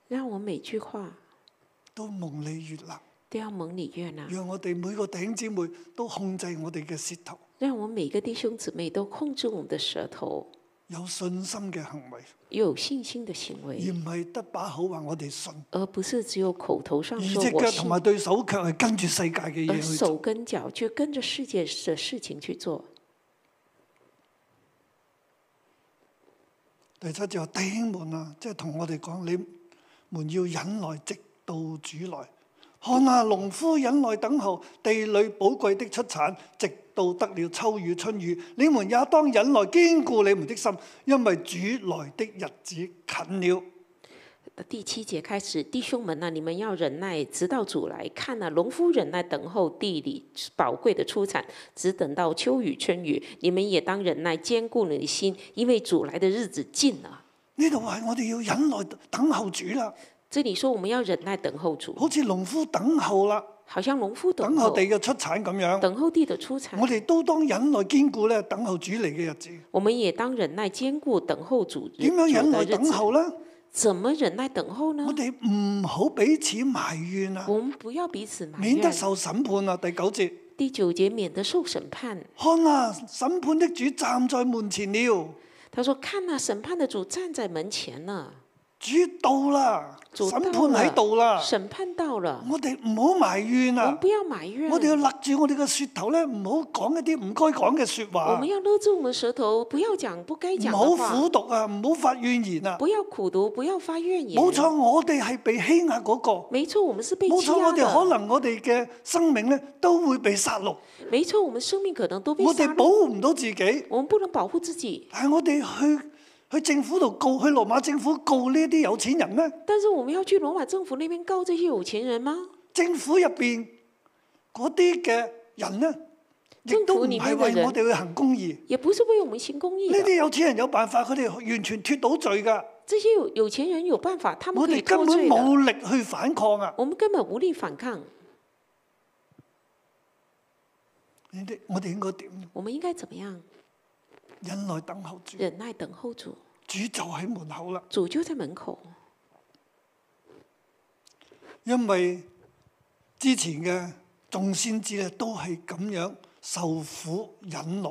Speaker 3: 让我每句话
Speaker 2: 都蒙你悅納，
Speaker 3: 都要蒙你悦纳，
Speaker 2: 讓我哋每個弟兄姊妹都控制我哋嘅舌頭，
Speaker 3: 让我每个弟兄姊妹都控制我们的舌头，
Speaker 2: 有信心嘅行為，
Speaker 3: 有信心的行
Speaker 2: 而
Speaker 3: 为，
Speaker 2: 唔係得把口話我哋信。
Speaker 3: 而不是只有口头上
Speaker 2: 而
Speaker 3: 说
Speaker 2: 隻
Speaker 3: 我
Speaker 2: 腳
Speaker 3: 信
Speaker 2: 同埋對手卻係跟住世界嘅嘢
Speaker 3: 而
Speaker 2: 去做。
Speaker 3: 手跟脚却跟着世界的事情去做。
Speaker 2: 第七節話：弟兄們啊，即係同我哋講，你們要忍耐，直到主來。看啊，農夫忍耐等候地裏寶貴的出產，直到得了秋雨春雨。你們也當忍耐，堅固你們的心，因為主來的日子近了。
Speaker 3: 第七节开始，弟兄们呐、你们要忍耐，直到主来看呐、农夫忍耐等候地里宝贵的出产，只等到秋雨春雨。你们也当忍耐，坚固你的心，因为主来的日子近啊了。
Speaker 2: 呢度係我哋要忍耐等候主啦，
Speaker 3: 这里说我们要忍耐等候主，
Speaker 2: 好似農夫等候啦，
Speaker 3: 好像农夫
Speaker 2: 等
Speaker 3: 等
Speaker 2: 候
Speaker 3: 候
Speaker 2: 地嘅出產咁樣。
Speaker 3: 等候地的出产
Speaker 2: 我。哋都當忍耐堅固咧，等候主嚟嘅日子。
Speaker 3: 我们也当忍耐坚固等候主日
Speaker 2: 點樣忍耐
Speaker 3: 主的日
Speaker 2: 等
Speaker 3: 子
Speaker 2: 候呢？
Speaker 3: 怎么忍耐等候呢
Speaker 2: 我？哋唔好彼此埋怨啊，
Speaker 3: 我们不要彼此埋
Speaker 2: 免
Speaker 3: 怨
Speaker 2: 得。受審判啊。第九節，
Speaker 3: 第九节免得受审判。
Speaker 2: 看啊，審判的主站在門前了，
Speaker 3: 他说：“看呐、审判的主站在门前呢，
Speaker 2: 主到啦，
Speaker 3: 主
Speaker 2: 審
Speaker 3: 到
Speaker 2: 判
Speaker 3: 啦
Speaker 2: 喺度啦。
Speaker 3: 审判到了。
Speaker 2: 我哋唔好埋怨
Speaker 3: 我们
Speaker 2: 啊，
Speaker 3: 不要埋怨，
Speaker 2: 我哋要勒住我哋嘅舌頭咧，唔好講一啲唔該講嘅说
Speaker 3: 我
Speaker 2: 話
Speaker 3: 们，要勒住我们舌头，不要讲不该
Speaker 2: 唔
Speaker 3: 讲
Speaker 2: 好
Speaker 3: 的
Speaker 2: 苦
Speaker 3: 话，
Speaker 2: 毒啊，唔好發怨言啊。
Speaker 3: 不要苦读，不要发怨言。
Speaker 2: 冇錯，，我哋係被欺壓嗰、個。
Speaker 3: 没错，我们是被
Speaker 2: 冇
Speaker 3: 欺
Speaker 2: 錯，
Speaker 3: 压
Speaker 2: 我哋可
Speaker 3: 的。
Speaker 2: 能我哋嘅生命咧都會被殺戮，
Speaker 3: 没错，我们生命可能都被
Speaker 2: 我
Speaker 3: 杀
Speaker 2: 哋
Speaker 3: 戮
Speaker 2: 保護唔到自己，
Speaker 3: 我们不能保护自己，
Speaker 2: 但係我哋去去政府度告，去羅馬政府告呢啲有錢人咧，
Speaker 3: 但是我们要去罗马政府那边告这些有钱人吗？
Speaker 2: 政府入邊嗰啲嘅人咧，亦都唔係為我哋去行公義。
Speaker 3: 也不是为我们行公益
Speaker 2: 呢
Speaker 3: 的。
Speaker 2: 啲有錢人有辦法，佢哋完全脱到罪㗎，
Speaker 3: 这些有有钱人有办法，他们
Speaker 2: 我
Speaker 3: 可以
Speaker 2: 哋根
Speaker 3: 脱
Speaker 2: 本
Speaker 3: 罪的。
Speaker 2: 冇力去反抗啊！
Speaker 3: 我们根本无力反抗。
Speaker 2: 呢啲我哋應該點？
Speaker 3: 我们应该怎么样？
Speaker 2: 忍耐等候主，
Speaker 3: 忍耐等候主，
Speaker 2: 主就喺門口啦。
Speaker 3: 主就在门口。
Speaker 2: 因為之前嘅眾先知咧都係咁樣受苦忍耐。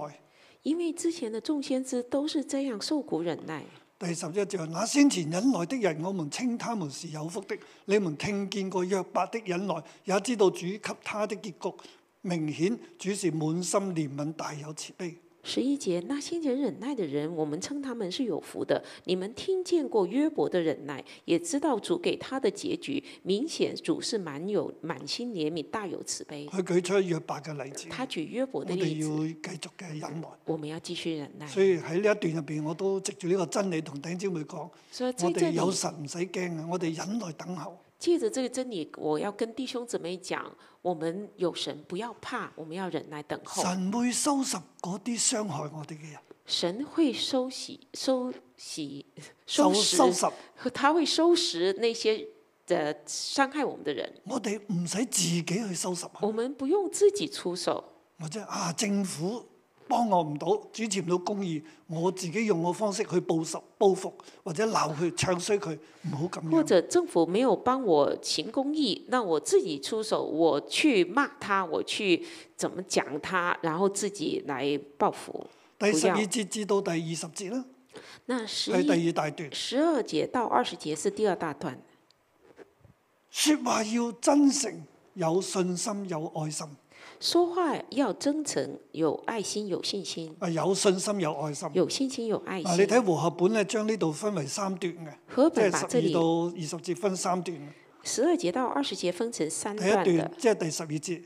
Speaker 3: 因为之前的众先知都是这样受苦忍耐。
Speaker 2: 第十一節，那先前忍耐的人，我們稱他們是有福的。你們聽見過約伯的忍耐，也知道主給他的結局。明顯主是滿心憐憫，大有慈悲。
Speaker 3: 十一节，那先前忍耐的人，我们称他们是有福的。你们听见过约伯的忍耐，也知道主给他的结局。明显主是满有满心怜悯，大有慈悲。
Speaker 2: 佢舉出約伯嘅例子，
Speaker 3: 他举约伯
Speaker 2: 我
Speaker 3: 的
Speaker 2: 哋
Speaker 3: 例子，嗯
Speaker 2: 要繼續嘅忍耐。
Speaker 3: 我们要继续忍耐。
Speaker 2: 所以喺呢一段入邊，我都藉住呢個真理同頂姐妹講：
Speaker 3: 所
Speaker 2: 我
Speaker 3: 以在这
Speaker 2: 哋
Speaker 3: 里，
Speaker 2: 有神唔使驚啊！我哋忍耐等候。
Speaker 3: 借着这个真理，我要跟弟兄姊妹讲：我们有神，不要怕，我们要忍耐等候。
Speaker 2: 神會收拾嗰啲傷害我哋嘅人，
Speaker 3: 神会收洗、收洗、
Speaker 2: 收
Speaker 3: 收拾，
Speaker 2: 收拾
Speaker 3: 和他会收拾那些呃伤害我们的人。
Speaker 2: 我哋唔使自己去收拾啊。
Speaker 3: 我们不用自己出手，
Speaker 2: 或者啊，政府幫我唔到，主持唔到公義，我自己用我方式去報仇、報復，或者鬧佢、唱衰佢，唔好咁
Speaker 3: 或
Speaker 2: 樣。
Speaker 3: 者政府没有帮我行公益，那我自己出手，我去骂他，我去怎么讲他，然后自己来报复。
Speaker 2: 第十二
Speaker 3: 不要
Speaker 2: 節至到第二十節啦，
Speaker 3: 那十
Speaker 2: 係
Speaker 3: 一、
Speaker 2: 第二大段。
Speaker 3: 十二节到二十节是第二大段。
Speaker 2: 说話要真誠、有信心、有愛心。
Speaker 3: 说话要真诚，有爱心，有信心，
Speaker 2: 啊，有信心、有愛心。啊
Speaker 3: 有信心，有愛
Speaker 2: 嗱，你睇
Speaker 3: 心。
Speaker 2: 和合本咧，將呢度分為三段嘅，
Speaker 3: 和
Speaker 2: 即係
Speaker 3: 本把
Speaker 2: 十
Speaker 3: 这
Speaker 2: 二
Speaker 3: 里
Speaker 2: 到二十節分三段嘅。
Speaker 3: 十二节到二十节分成三
Speaker 2: 第
Speaker 3: 段
Speaker 2: 一
Speaker 3: 的
Speaker 2: 段。即係第十二節，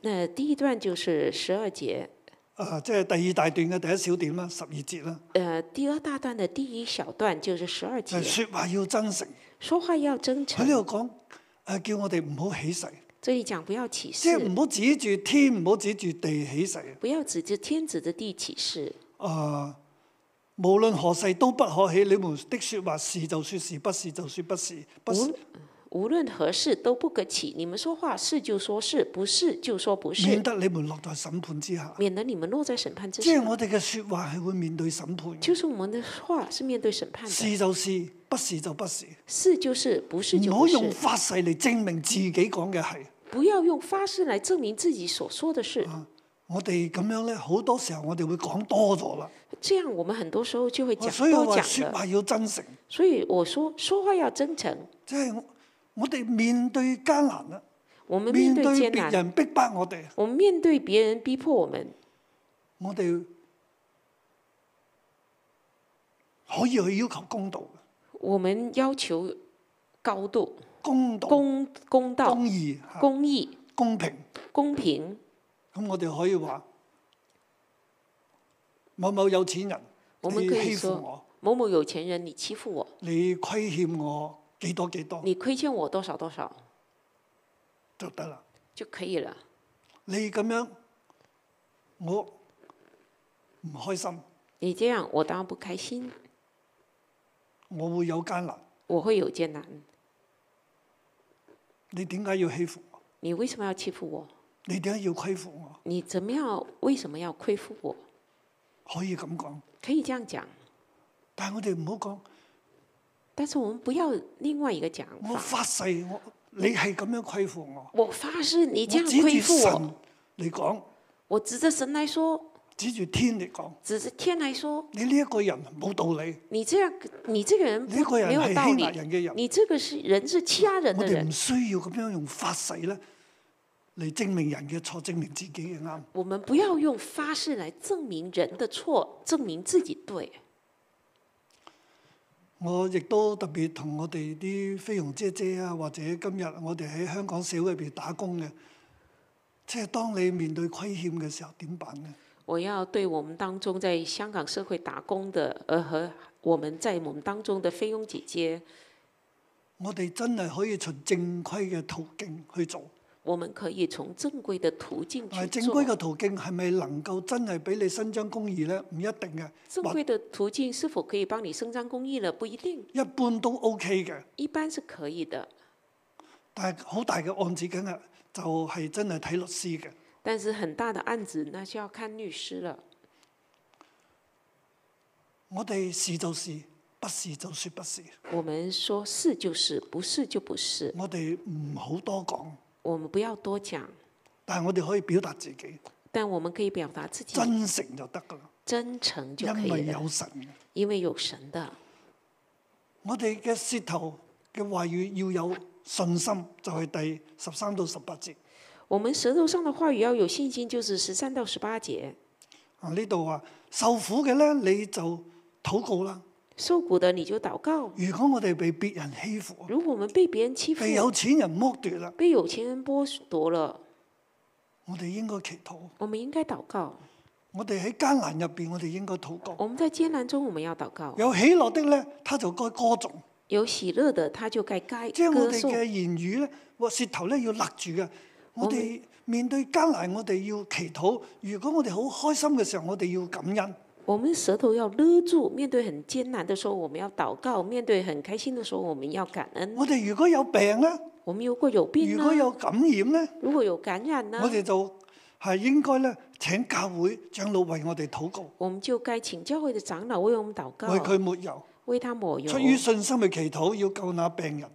Speaker 3: 那第一段就是十二节，
Speaker 2: 啊，即係第二大段嘅第一小點啦，十二節啦，
Speaker 3: 呃，第二大段的第一小段就是十二
Speaker 2: 就
Speaker 3: 节
Speaker 2: 係，說話要真誠。
Speaker 3: 说话要真
Speaker 2: 喺呢
Speaker 3: 诚。
Speaker 2: 度講誒，叫我哋唔好起誓，
Speaker 3: 这里讲不要起
Speaker 2: 即係
Speaker 3: 誓，
Speaker 2: 唔好指住天，唔好指住地起誓啊！
Speaker 3: 不要指着天指着地起誓。
Speaker 2: 啊，無論何誓都不可起，你們的説話是就説是，不是就説不是，不是
Speaker 3: 无论何事都不可起，你们说话是就说是，不是就说不
Speaker 2: 免
Speaker 3: 是，
Speaker 2: 得你們落在審判之下。
Speaker 3: 免得你们落在审判之
Speaker 2: 即
Speaker 3: 上。
Speaker 2: 係我哋嘅説話係會面對審判嘅，
Speaker 3: 就是我们的话是面对审判的，
Speaker 2: 是就是，不是就不是，
Speaker 3: 是就是，不是就
Speaker 2: 唔
Speaker 3: 不
Speaker 2: 好
Speaker 3: 是。
Speaker 2: 用發誓嚟證明自己講嘅係。
Speaker 3: 不要用发誓来证明自己所说的事，
Speaker 2: 啊我哋咁樣咧，好多時候我哋會講多咗啦，
Speaker 3: 这样我们很多时候就会讲
Speaker 2: 哦所以我啊
Speaker 3: 多
Speaker 2: 話
Speaker 3: 讲
Speaker 2: 説
Speaker 3: 了。
Speaker 2: 話要真誠，
Speaker 3: 所以我说说话要真诚，
Speaker 2: 即係我我哋面對艱難啊啦。
Speaker 3: 我们
Speaker 2: 面
Speaker 3: 面
Speaker 2: 對
Speaker 3: 对艰
Speaker 2: 別
Speaker 3: 难，
Speaker 2: 人逼迫我哋，
Speaker 3: 我们面对别人逼迫我们，
Speaker 2: 我哋可以去要求公道嘅，
Speaker 3: 我们要求高度、
Speaker 2: 公道、
Speaker 3: 公公道、
Speaker 2: 公啊義、嚇
Speaker 3: 公义、
Speaker 2: 公平。
Speaker 3: 公平。
Speaker 2: 咁我哋可以話某某有錢人，
Speaker 3: 我們
Speaker 2: 你
Speaker 3: 可以
Speaker 2: 欺負
Speaker 3: 說
Speaker 2: 我，
Speaker 3: 某某有钱人，你欺负我，
Speaker 2: 你虧欠我幾多幾多
Speaker 3: 你亏欠我多少多少
Speaker 2: 就得啦。
Speaker 3: 就可以了。
Speaker 2: 你咁樣，我唔開心，
Speaker 3: 你这样，我当然不开心，
Speaker 2: 我會有艱難。
Speaker 3: 我会有艰难。
Speaker 2: 你點解要欺負我？
Speaker 3: 你为什么要欺负我？
Speaker 2: 你點解要虧負我？
Speaker 3: 你怎么样？为什么要亏负我？
Speaker 2: 可以咁講，
Speaker 3: 可以这样讲，
Speaker 2: 但係我哋唔好講。
Speaker 3: 但是我们不要另外一个讲
Speaker 2: 我
Speaker 3: 法。
Speaker 2: 發誓，我你係咁樣虧負我。
Speaker 3: 我发誓，你
Speaker 2: 我
Speaker 3: 这样
Speaker 2: 指
Speaker 3: 亏
Speaker 2: 住
Speaker 3: 负我，
Speaker 2: 神嚟講，
Speaker 3: 我指着神来说，
Speaker 2: 指住天嚟講，
Speaker 3: 指着天来说，
Speaker 2: 你呢一個人冇道理，
Speaker 3: 你这样，你这个人
Speaker 2: 你呢
Speaker 3: 不
Speaker 2: 個人
Speaker 3: 没有道
Speaker 2: 係希臘
Speaker 3: 理，
Speaker 2: 人嘅人。
Speaker 3: 你这个是人是欺压人
Speaker 2: 我
Speaker 3: 的
Speaker 2: 哋
Speaker 3: 人
Speaker 2: 唔。需要咁樣用發誓咧嚟證明人嘅錯，證明自己嘅啱。
Speaker 3: 我們不要用发誓来证明人的错，证明自己对。
Speaker 2: 我亦都特別同我哋啲菲傭姐姐啊，或者今日我哋喺香港社會入邊打工嘅，即係當你面對虧欠嘅時候點辦呢？
Speaker 3: 我要对我们当中在香港社会打工的，呃，和我们在我们当中的菲佣姐姐，
Speaker 2: 我哋真係可以循正規嘅途徑去做，
Speaker 3: 我们可以从正规的途径
Speaker 2: 但
Speaker 3: 去
Speaker 2: 係啊正規
Speaker 3: 做。
Speaker 2: 嘅途徑係咪能夠真係俾你伸張公義呢？唔一定嘅，
Speaker 3: 正
Speaker 2: 或
Speaker 3: 规的途径是否可以帮你伸张公益了？不一定，
Speaker 2: 一般都 OK 嘅。
Speaker 3: 一般是可以的，
Speaker 2: 但係好大嘅案子梗係就係、真係睇律師嘅。
Speaker 3: 但是很大的案子那就要看律师了。
Speaker 2: 我哋是就是，不是就說不是。
Speaker 3: 我们说是就是，不是就不是，
Speaker 2: 我哋唔好多講，
Speaker 3: 我们不要多讲，
Speaker 2: 但係我哋可以表達自己，
Speaker 3: 但我们可以表达自己
Speaker 2: 真誠就得㗎啦。
Speaker 3: 真诚就可
Speaker 2: 因
Speaker 3: 以
Speaker 2: 為
Speaker 3: 了。
Speaker 2: 有神嘅，
Speaker 3: 因为有神的，
Speaker 2: 我哋嘅舌頭嘅話語要有信心，就係、第十三到十八節。
Speaker 3: 我们舌头上的话语要有信心，就是十三到十八节。
Speaker 2: 啊，呢度話受苦嘅呢，你就禱告啦。
Speaker 3: 受苦的你就祷告。
Speaker 2: 如果我哋被別人欺負，
Speaker 3: 如果我们被别人欺负，
Speaker 2: 被有錢人剝奪啦，
Speaker 3: 被有钱人剥夺了，
Speaker 2: 我哋應該祈禱。
Speaker 3: 我们应该祷告。
Speaker 2: 我哋喺艱難入邊，我哋應該禱告。
Speaker 3: 我们在艰難中，我们要祷告。
Speaker 2: 有喜樂的呢，他就該歌頌。
Speaker 3: 有喜乐的，他就该该
Speaker 2: 即係我
Speaker 3: 歌
Speaker 2: 哋
Speaker 3: 颂。
Speaker 2: 嘅言語咧，或舌頭咧要勒住嘅。我哋面對艱難，我哋要祈禱。如果我哋好開心嘅時候，我哋要感恩。
Speaker 3: 我们舌头要勒住，面对很艰难的时候，我们要祷告；面对很开心的时候，我们要感恩。
Speaker 2: 我哋如果有病咧，
Speaker 3: 我们如果有病
Speaker 2: 如
Speaker 3: 呢
Speaker 2: 果？有感染咧，
Speaker 3: 如果有感染呢
Speaker 2: 我？哋就係應該咧請教會長老為我哋禱告，
Speaker 3: 我们就该請教会的长老为我们祷告，
Speaker 2: 為佢抹油，
Speaker 3: 为他抹油。
Speaker 2: 出於信心去祈禱，要救那病人。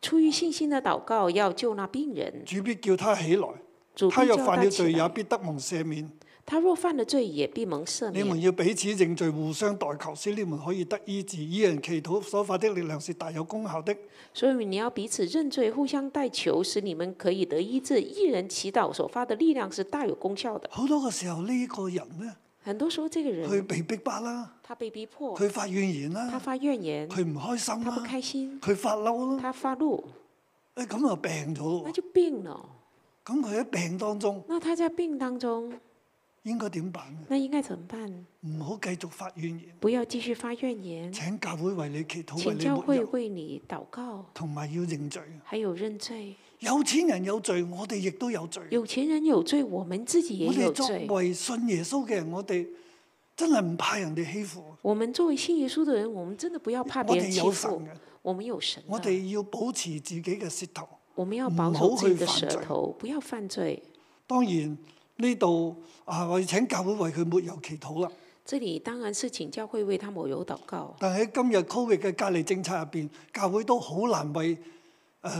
Speaker 3: 出于信心的祷告，要救那病人。
Speaker 2: 主必叫他起來，
Speaker 3: 主必
Speaker 2: 他若
Speaker 3: 叫
Speaker 2: 犯
Speaker 3: 他
Speaker 2: 了
Speaker 3: 起
Speaker 2: 罪，也
Speaker 3: 来
Speaker 2: 必得蒙赦免。
Speaker 3: 他若犯了罪，也必蒙赦
Speaker 2: 你
Speaker 3: 免。
Speaker 2: 們要彼此認罪，互相代求，使你們可以得醫治。以人祈禱所發的力量是大有功效的。
Speaker 3: 所以你要彼此认罪，互相代求，使你们可以得医治。一人祈祷所发的力量是大有功效的。
Speaker 2: 好多個時候呢個人呢，
Speaker 3: 很多时候，这个
Speaker 2: 佢
Speaker 3: 人
Speaker 2: 被逼迫啦，
Speaker 3: 他被逼迫，
Speaker 2: 佢發怨言
Speaker 3: 哦他
Speaker 2: 啦，
Speaker 3: 发怨言，
Speaker 2: 佢唔開心
Speaker 3: 他不
Speaker 2: 啦，
Speaker 3: 开心，
Speaker 2: 佢發嬲啦，
Speaker 3: 他发怒，
Speaker 2: 誒咁就病咗
Speaker 3: 那
Speaker 2: 咯喎。
Speaker 3: 就病了。
Speaker 2: 咁佢喺病當中
Speaker 3: 那他在病当中，
Speaker 2: 應該點辦呢？
Speaker 3: 那应该怎么辦？
Speaker 2: 唔好繼續發怨言，
Speaker 3: 不要继续发怨言，
Speaker 2: 請教會為你祈禱，為你
Speaker 3: 请嗯
Speaker 2: 啊
Speaker 3: 教
Speaker 2: 抹
Speaker 3: 会
Speaker 2: 油，
Speaker 3: 为你祷告，
Speaker 2: 同埋要認罪。
Speaker 3: 还有认罪。
Speaker 2: 有錢人有罪，我哋亦都有罪。
Speaker 3: 有钱人有罪，我们自己也
Speaker 2: 我哋
Speaker 3: 有
Speaker 2: 作
Speaker 3: 罪。
Speaker 2: 為信耶穌嘅人，我哋真係唔怕人哋欺負。
Speaker 3: 我们作为信耶稣的人，我们真的不要怕
Speaker 2: 我
Speaker 3: 别
Speaker 2: 哋
Speaker 3: 人欺
Speaker 2: 有神
Speaker 3: 负
Speaker 2: 嘅。，
Speaker 3: 我们有神啊，
Speaker 2: 我哋要保持自己嘅舌頭。
Speaker 3: 我们要
Speaker 2: 唔
Speaker 3: 保
Speaker 2: 好
Speaker 3: 守自己
Speaker 2: 去
Speaker 3: 的
Speaker 2: 犯
Speaker 3: 舌
Speaker 2: 罪
Speaker 3: 头，不要犯罪。
Speaker 2: 當然呢度啊，我哋請教會為佢抹油祈禱啦。
Speaker 3: 这里当然是请教会为他抹油祷告，
Speaker 2: 但喺今日 Covid 嘅隔離政策入邊，教會都好難為誒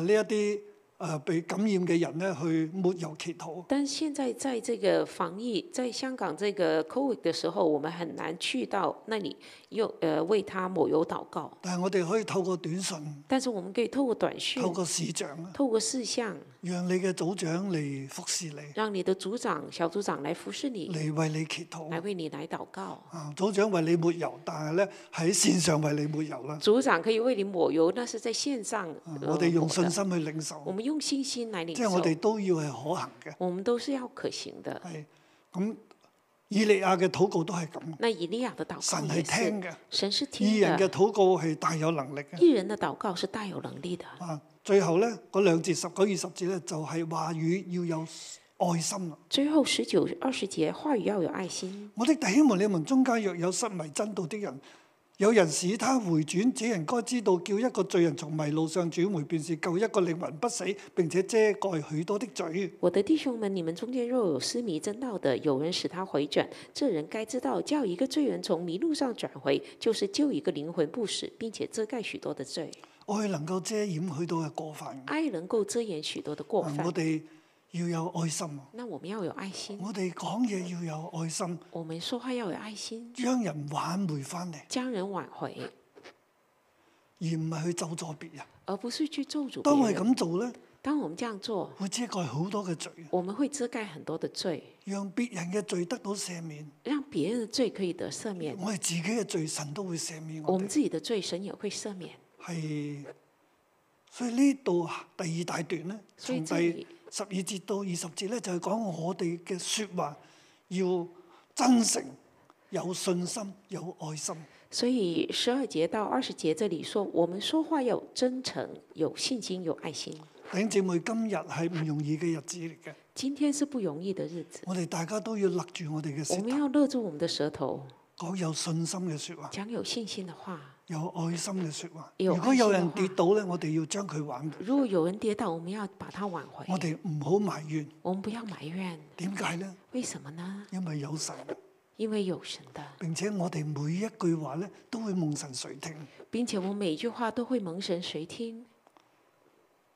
Speaker 2: 呢一啲誒被感染嘅人咧去抹油祈禱。
Speaker 3: 但现在在这个防疫，在香港这个 COVID 的时候，我们很难去到那里用呃为他抹油祷告，
Speaker 2: 但係我哋可以透過短信、
Speaker 3: 但是我们可以透过短讯
Speaker 2: 透，過視像啊，
Speaker 3: 透过事项，
Speaker 2: 讓你嘅組長嚟服侍你，
Speaker 3: 让你的组长、小组长来服侍你，
Speaker 2: 嚟為你祈
Speaker 3: 来
Speaker 2: 禱。
Speaker 3: 为你来祷告。
Speaker 2: 啊，組長為你抹油，但係咧喺線上為你抹油啦。
Speaker 3: 组长可以为你抹油，那是在线上。
Speaker 2: 啊
Speaker 3: 呃
Speaker 2: 我哋用
Speaker 3: 抹
Speaker 2: 信
Speaker 3: 的
Speaker 2: 心去領
Speaker 3: 我
Speaker 2: 受，
Speaker 3: 们用信心来领
Speaker 2: 即
Speaker 3: 受，
Speaker 2: 係我哋都要係可行嘅。
Speaker 3: 我们都是要可行的。
Speaker 2: 係咁，以利亞嘅禱告都係咁，
Speaker 3: 那以利亚的祷
Speaker 2: 神
Speaker 3: 告也
Speaker 2: 係
Speaker 3: 是，
Speaker 2: 聽嘅，
Speaker 3: 神是
Speaker 2: 義
Speaker 3: 听
Speaker 2: 人嘅
Speaker 3: 的，
Speaker 2: 禱告係大有能力嘅。
Speaker 3: 一人的祷告是大有能力的。
Speaker 2: 啊，最後咧嗰兩節十九二十節咧就係、話語要有愛心啦。
Speaker 3: 最后十九、二十节，话语要有爱心。
Speaker 2: 我的弟兄們，你們中間若有失迷真道的人，有人使他回轉，這人該知道，叫一個罪人從迷路上轉回，便是救一個靈魂不死，並且遮蓋許多的罪。
Speaker 3: 我的弟兄们，你们中间若有失迷真道的，有人使他回转，这人该知道，叫一个罪人从迷路上转回，就是救一个灵魂不死，并且遮盖许多的罪。
Speaker 2: 愛能夠遮掩許多嘅過犯。
Speaker 3: 爱能够遮掩许多的过
Speaker 2: 啊我
Speaker 3: 犯，
Speaker 2: 哋要有愛心啊，
Speaker 3: 那我们要有爱心，
Speaker 2: 我哋講嘢要有愛心，
Speaker 3: 我们说话要有爱心，
Speaker 2: 將人挽回翻嚟，
Speaker 3: 将人挽回，
Speaker 2: 而唔係去咒詛別人。
Speaker 3: 而不是去咒诅
Speaker 2: 當我
Speaker 3: 别
Speaker 2: 哋
Speaker 3: 人。
Speaker 2: 咁做呢，
Speaker 3: 当我们这样做，
Speaker 2: 會遮蓋好多嘅罪，
Speaker 3: 我们会遮盖很多的罪，
Speaker 2: 讓別人嘅罪得到赦免，
Speaker 3: 让别人的罪可以得赦免，
Speaker 2: 我哋自己嘅罪神都會赦免
Speaker 3: 我
Speaker 2: 我
Speaker 3: 们
Speaker 2: 哋。
Speaker 3: 自己的罪神也会赦免。
Speaker 2: 係，所以呢度啊第二大段呢，
Speaker 3: 所以
Speaker 2: 從
Speaker 3: 這
Speaker 2: 第
Speaker 3: 裡
Speaker 2: 十二節到二十節呢，就係、講我哋嘅説話要真誠、有信心、有愛心。
Speaker 3: 所以十二节到二十节这里说，我们说话要真诚、有信心、有爱心。
Speaker 2: 弟兄姊妹，今日係唔容易嘅日子嚟嘅，
Speaker 3: 今天是不容易的日子，
Speaker 2: 我哋大家都要勒住我哋嘅舌
Speaker 3: 我们
Speaker 2: 頭，
Speaker 3: 要勒住我们的舌头，
Speaker 2: 講有信心嘅説話，
Speaker 3: 讲有信心的话。
Speaker 2: 有愛心嘅説話。
Speaker 3: 有
Speaker 2: 如果有人
Speaker 3: 愛
Speaker 2: 跌
Speaker 3: 心嘅話
Speaker 2: 倒呢，我哋要將佢挽回，
Speaker 3: 如果有人跌倒，我们要把他挽回。
Speaker 2: 我哋唔好埋怨。
Speaker 3: 我们不要埋怨，
Speaker 2: 點解呢？
Speaker 3: 为什么呢？
Speaker 2: 因為有神，
Speaker 3: 因为有神的，
Speaker 2: 並且我哋每一句話呢，都會蒙神垂聽。
Speaker 3: 并且我每一句话都会蒙神垂听。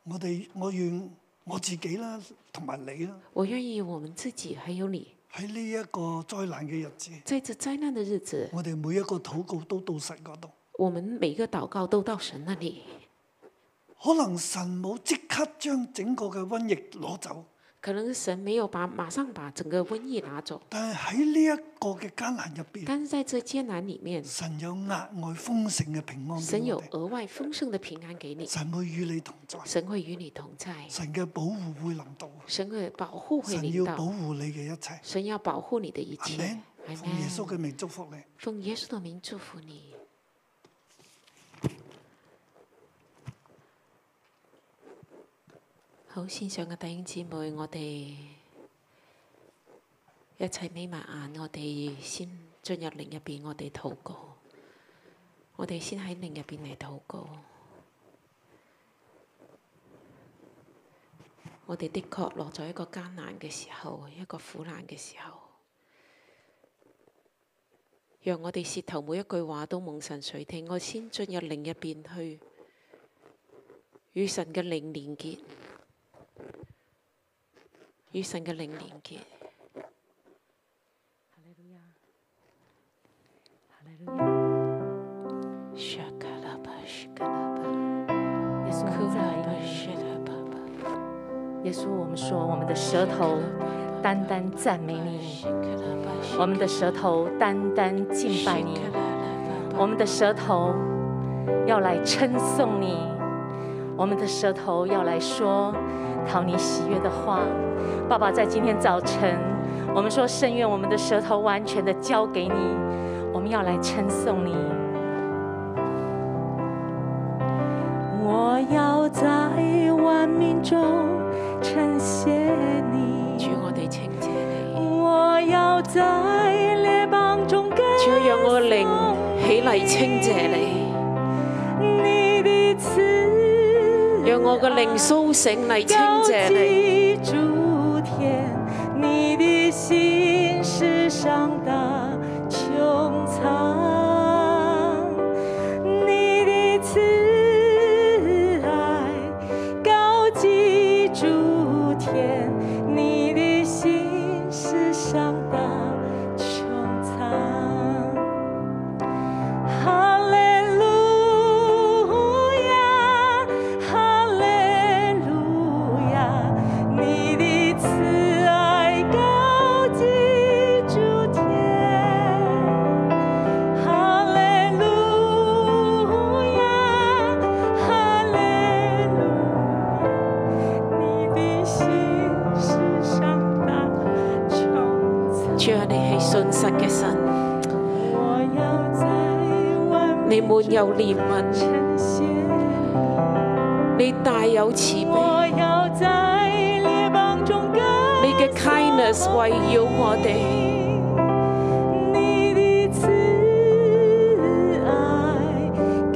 Speaker 2: 我哋我願我自己啦，同埋你啦，
Speaker 3: 我愿意我们自己还有你，
Speaker 2: 喺呢一個災難嘅日子，
Speaker 3: 在这灾难的日子，
Speaker 2: 我哋每一個禱告都到神嗰度。
Speaker 3: 我们每个祷告都到神那里。
Speaker 2: 可能神冇即刻將整個嘅瘟疫攞走，
Speaker 3: 可能神没有把马上把整个瘟疫拿走，
Speaker 2: 但係喺呢一個嘅艱難入邊，
Speaker 3: 但是在这艰难里面，
Speaker 2: 神有額外豐盛嘅平安
Speaker 3: 神
Speaker 2: 俾
Speaker 3: 有
Speaker 2: 我哋
Speaker 3: 额外丰盛的平安给你，
Speaker 2: 神會與你同在，
Speaker 3: 神会与你同在，
Speaker 2: 神嘅保護會臨到，
Speaker 3: 神会保护会
Speaker 2: 神
Speaker 3: 领
Speaker 2: 要保
Speaker 3: 导，
Speaker 2: 護你嘅一切。
Speaker 3: 神要保护你的一
Speaker 2: 阿
Speaker 3: 切
Speaker 2: 門。。
Speaker 3: 阿
Speaker 2: 奉耶穌
Speaker 3: 门。
Speaker 2: 嘅名祝福你。
Speaker 3: 奉耶稣的名祝福你。好，線上嘅弟兄姊妹，我哋一齊眯埋眼，我哋先進入靈入邊，我哋禱告。我哋先喺靈入邊嚟禱告。我哋的確落咗一個艱難嘅時候，一個苦難嘅時候。讓我哋舌頭每一句話都蒙神垂聽，我先進入靈入邊去與神嘅靈連結，與神嘅靈連結。
Speaker 4: 耶稣，我们赞美你。耶稣，我们说，我们的舌头单单赞美你，我们的舌头单单敬拜你，我们的舌头要来称颂你，我们的舌头要来说讨你喜悦的话。爸爸，在今天早晨，我们说，圣愿我们的舌头完全的交给你，我们要来称颂你。我要在万民中称谢
Speaker 3: 主
Speaker 4: 你，，
Speaker 3: 我哋稱謝你，
Speaker 4: 我要在列邦中歌
Speaker 3: 主讓我靈
Speaker 4: 颂
Speaker 3: 起嚟稱謝你，
Speaker 4: 你的慈爱，
Speaker 3: 讓我嘅靈甦醒嚟稱
Speaker 4: 高
Speaker 3: 謝你。
Speaker 4: 举诸天，你的心事上大穹苍，你的慈爱高举诸天，你的心事上大穹苍。哈利路亚，哈利路亚，你的慈爱高举诸天。哈利路亚，哈利路亚，你的心是上大穹苍。
Speaker 3: 主啊，你係信實嘅神，
Speaker 4: 我要在万
Speaker 3: 你
Speaker 4: 民
Speaker 3: 滿有
Speaker 4: 中
Speaker 3: 憐憫，
Speaker 4: 呈现。
Speaker 3: 你大有慈悲，
Speaker 4: 我要在列邦中歌
Speaker 3: 你嘅 kindness 圍繞我哋。
Speaker 4: 你的慈爱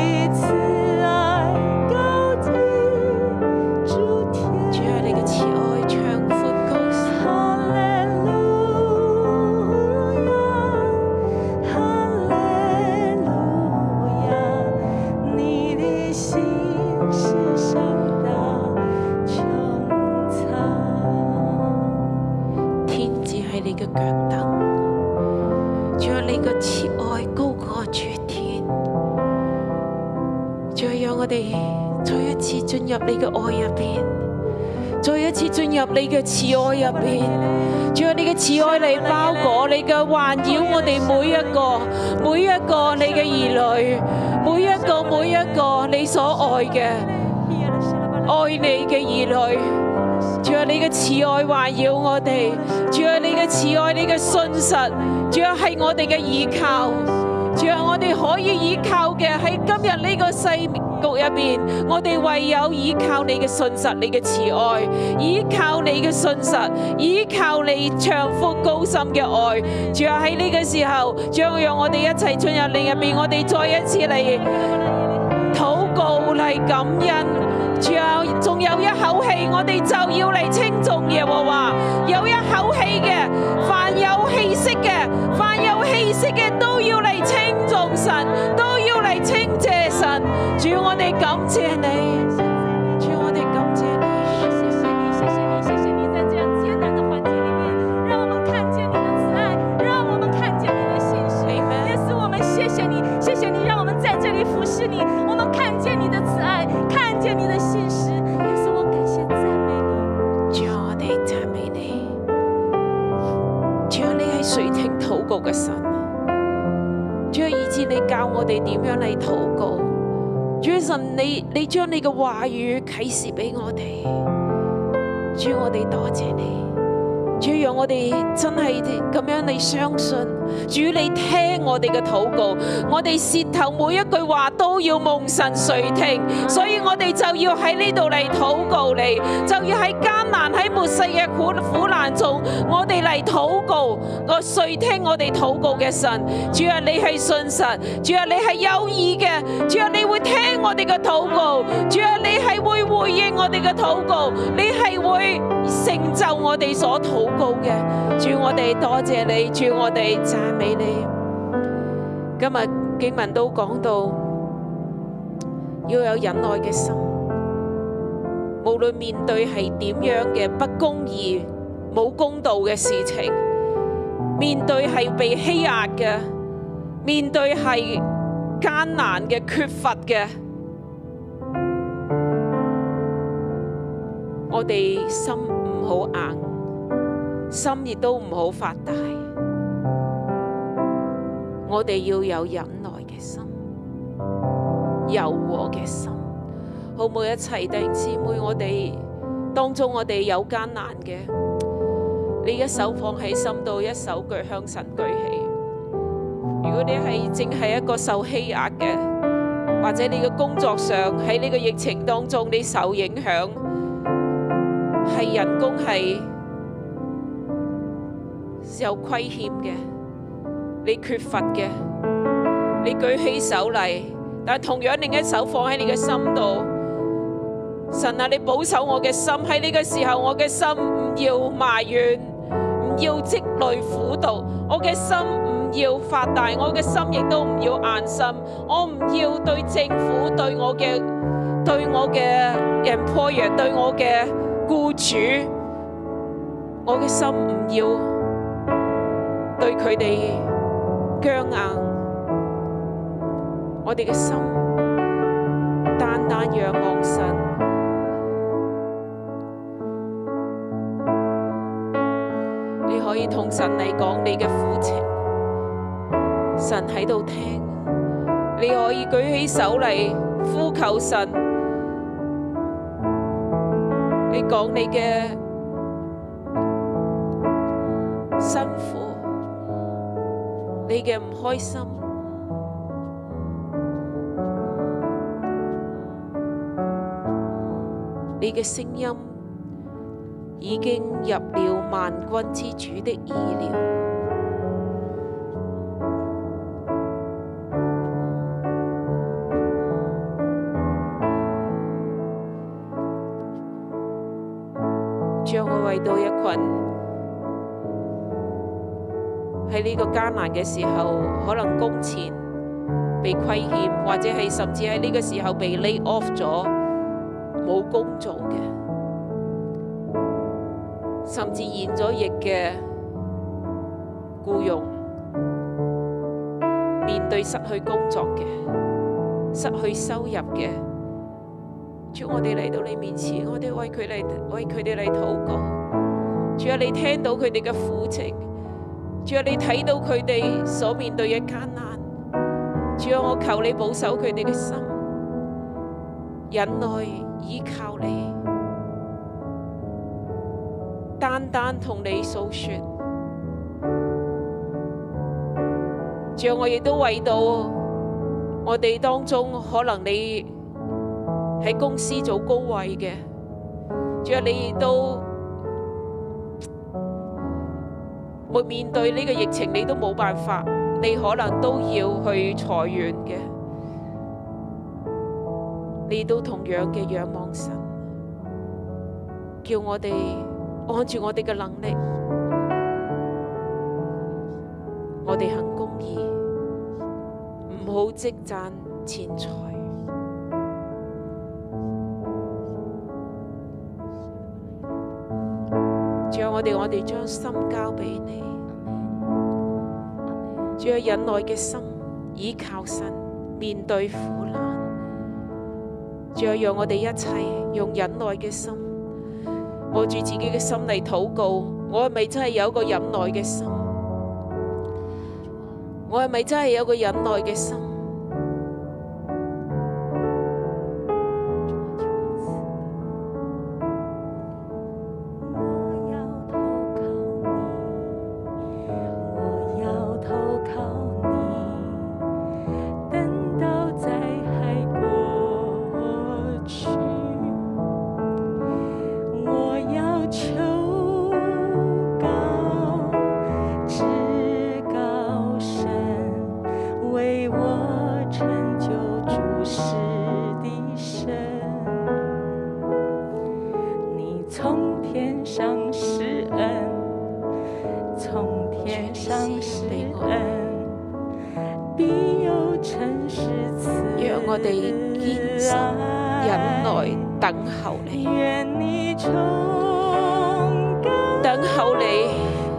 Speaker 3: 啊
Speaker 5: 嘅腳凳，仲有你嘅慈愛高過諸天，仲有讓我哋再一次進入你嘅愛入邊，再一次進入你嘅慈愛入邊。主啊，你嘅慈愛嚟包裹，你嘅環繞我哋每一個，每一個你嘅兒女，每一個每一個你所愛嘅，愛你嘅兒女。主啊，你嘅慈愛環繞我哋，主啊，你嘅慈愛，你嘅信實，主啊，係我哋嘅依靠。主啊，我哋可以依靠嘅喺今日呢個世局入邊，我哋唯有依靠你嘅信實，你嘅慈愛，依靠你嘅信實，依靠你長闊高深嘅愛。主啊，喺呢個時候，將讓我哋一齊進入你入邊，我哋再一次嚟禱告嚟感恩。主啊，仲有一口氣，我哋就要嚟稱頌耶和華。有一口氣嘅，凡有氣息嘅，凡有氣息嘅都要嚟稱頌神，都要嚟稱謝神。主，我哋感謝你。主，我哋感謝你。
Speaker 6: 谢谢你，谢谢你，谢谢你，在这样艰难的环境里面，让我们看见你的慈爱，让我们看见你的信实。耶稣，我们谢谢你，谢谢你，让我们在这里服侍你。我们看见你的慈爱，看见你的信实。耶稣，我感谢赞美你。
Speaker 5: 主啊，我哋赞美你。主啊，你系垂听祷告嘅神。主啊，以致你教我哋点样嚟祷告。主啊，神，你你将你嘅话语启示俾我哋。主，我哋多谢你。主，让我哋真系咁样嚟相信。主，你听我哋嘅祷告，我哋舌头每一句话都要蒙神垂听，所以我哋就要喺呢度嚟祷告你，就要喺艰难喺末世嘅苦苦难中，我哋嚟祷告，我垂听我哋祷告嘅神。主啊，你系信神，主啊，你系有意嘅，主啊，你会听我哋嘅祷告，主啊，你系会回应我哋嘅祷告，你系会成就我哋所祷告嘅。主，我哋多谢你，主，我哋赞美你。今日经文都讲到，要有忍耐嘅心，无论面对系点样嘅不公义、冇公道嘅事情，面对系被欺压嘅，面对系艰难嘅、缺乏嘅。我哋心唔好硬，心亦都唔好發大。我哋要有忍耐嘅心，柔和嘅心，好唔好？一齊弟兄姊妹，我哋當中我哋有艱難嘅，你一手放喺心度，一手舉向神舉起。如果你係正係一個受欺壓嘅，或者你嘅工作上喺呢個疫情當中你受影響。係人工係有虧欠嘅，你缺乏嘅，你舉起手嚟，但係同樣另一手放喺你嘅心度。神啊，你保守我嘅心，喺呢個時候，我嘅心唔要埋怨，唔要積累苦毒，我嘅心唔要發大，我嘅心亦都唔要硬心，我唔要對政府對我嘅對我嘅 employer 對我嘅雇主，我嘅心唔要對佢哋僵硬，我哋嘅心單單仰望神。你可以同神嚟講你嘅苦情，神喺度聽。你可以舉起手嚟呼求神。你講你嘅辛苦，你嘅唔開心，你嘅聲音已經入了萬軍之主的意料。將我為到一群喺呢個艱難嘅時候，可能工錢被虧欠，或者係甚至喺呢個時候被 lay off 咗，冇工做嘅，甚至現咗役嘅，僱用，面對失去工作嘅、失去收入嘅，主我哋嚟到你面前，我哋為佢嚟為佢哋嚟禱告。主啊，你聽到佢哋嘅苦情，主啊，你睇到佢哋所面對嘅艱難，主啊，我求你保守佢哋嘅心，忍耐依靠你。單單同你訴說。主啊，我亦都為到我哋當中，可能你喺公司做高位嘅，主啊，你亦都會面對呢個疫情，你都冇辦法，你可能都要去裁員嘅，你都同樣嘅仰望神，叫我哋。按住我哋嘅能力，我哋行公義，唔好積攢錢財。主啊，我哋我哋將心交俾你，主啊，忍耐嘅心，倚靠神，面對苦難。主啊，讓我哋一切用忍耐嘅心。抱住自己嘅心嚟禱告，我係咪真係有一個忍耐嘅心？我係咪真係有一個忍耐嘅心？
Speaker 4: 我要投靠你，我要投靠你，等到灾害过去，我要求高，至高神为我成就主事的神。你从天上施恩，从天上施恩，必有诚实慈爱。
Speaker 5: 让我哋坚守忍耐等候你，
Speaker 4: 愿你崇高
Speaker 5: 等候你，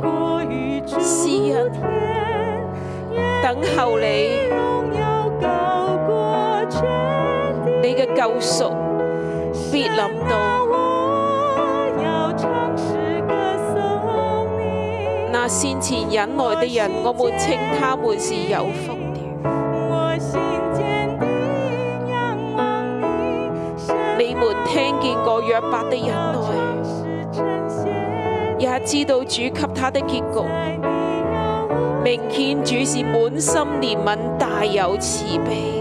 Speaker 4: 过于诸
Speaker 5: 施恩
Speaker 4: 天，
Speaker 5: 等候你，
Speaker 4: 荣耀高过全地。
Speaker 5: 你嘅救赎必
Speaker 4: 神
Speaker 5: 临
Speaker 4: 啊
Speaker 5: 到。
Speaker 4: 我要唱诗歌颂你。
Speaker 5: 那先前忍耐的人，我們稱他們是有福的。
Speaker 4: 我心坚定，仰望你，神
Speaker 5: 你們聽見過約伯的忍耐，
Speaker 4: 是真心
Speaker 5: 也知道主給他的結局。
Speaker 4: 爱你，让我
Speaker 5: 明见主是满心怜悯，大有慈悲。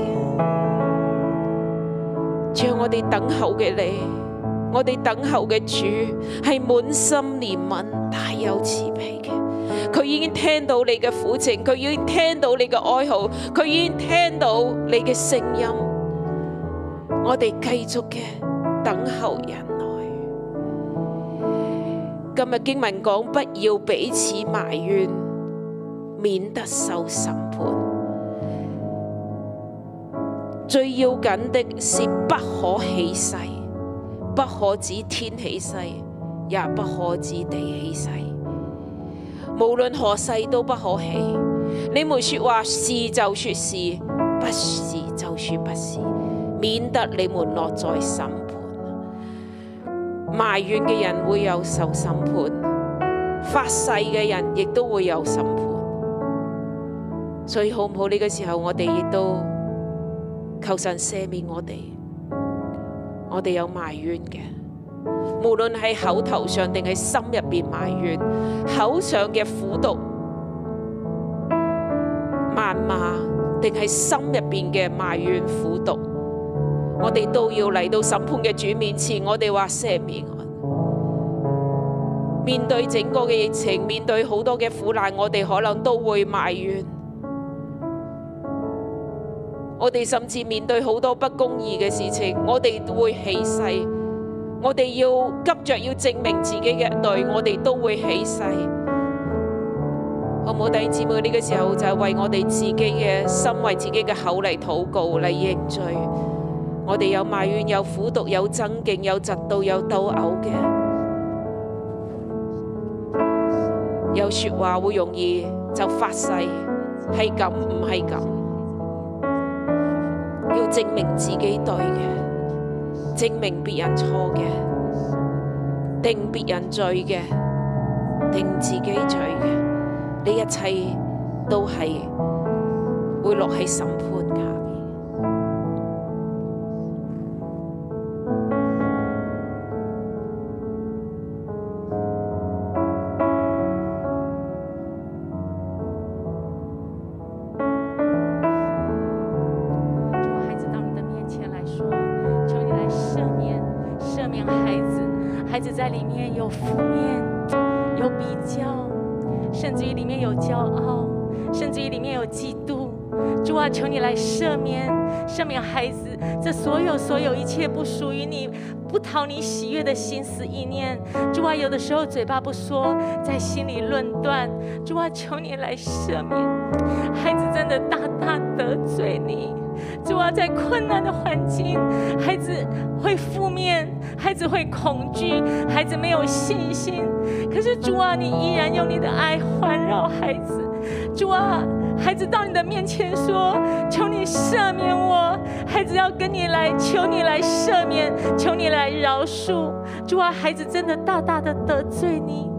Speaker 5: 主，我哋等候嘅你，我哋等候嘅主系满心怜悯，大有慈悲嘅。佢已经听到你嘅苦情，佢已经听到你嘅哀嚎，佢已经听到你嘅声音。我哋继续嘅等候忍耐。今日经文讲，不要彼此埋怨，免得受审判。最要紧的是不可起誓，不可指天起誓，也不可指地起誓。无论何誓都不可起。你们说话是就说是，不是就说不是，免得你们落在审判。埋怨嘅人會有受審判，發誓嘅人亦都會有審判。所以好唔好呢、個時候，我哋亦都求神赦免我哋。我哋有埋怨嘅，無論喺口頭上定係心入邊埋怨，口上嘅苦毒、謾罵，定係心入邊嘅埋怨苦毒。我哋都要嚟到審判嘅主面前，我哋話赦免我。面對整個嘅疫情，面對好多嘅苦難，我哋可能都會埋怨。我哋甚至面對好多不公義嘅事情，我哋會起誓，我哋要急着要證明自己嘅對，我哋都會起誓。好唔好？弟兄姊妹呢、個時候就係為我哋自己嘅心，為自己嘅口嚟禱告，嚟認罪。我哋有埋怨，有苦毒，有爭競，有嫉妒，有鬥毆嘅，有説話會容易就發誓係咁唔係咁，要證明自己對嘅，證明別人錯嘅，定別人罪嘅，定自己罪嘅，呢一切都係會落喺審判下面。
Speaker 4: 主孩子到你的面前来说，求你来赦免，赦免孩子，孩子在里面有负面，有比较，甚至于里面有骄傲，甚至于里面有嫉妒。主啊，求你来赦免，赦免孩子这所有所有一切不属于你、不讨你喜悦的心思意念。主啊，有的时候嘴巴不说，在心里论断。主啊，求你来赦免，孩子真的大大得罪你。主啊，在困难的环境，孩子会负面，孩子会恐惧，孩子没有信心。可是主啊，你依然用你的爱环绕孩子。主啊，孩子到你的面前说：“求你赦免我。”孩子要跟你来，求你来赦免，求你来饶恕。主啊，孩子真的大大的得罪你。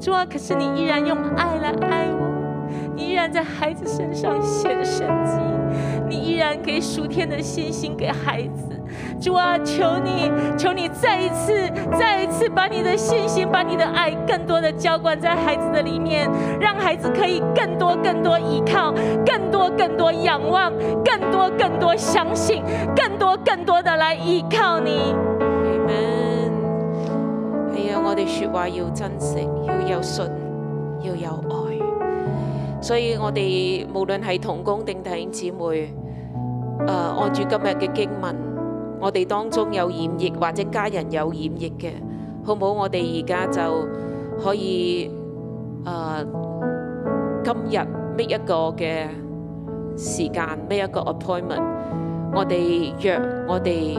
Speaker 4: 主啊，可是你依然用爱来爱我，你依然在孩子身上显神迹，你依然给属天的信心给孩子。主啊，求你，求你再一次、再一次把你的信心、把你的爱更多的浇灌在孩子的里面，让孩子可以更多、更多依靠，更多、更多仰望，更多、更多相信，更多、更多的来依靠你。
Speaker 5: Amen。系啊，我哋说话要真诚，要有信，要有愛。所以我哋無論係同工定弟兄姊妹，诶、按住今日嘅經文，我哋當中有染疫或者家人有染疫嘅，好唔好？我哋而家就可以诶、呃今日 make 一個嘅時間，make 一個 appointment，我哋約我哋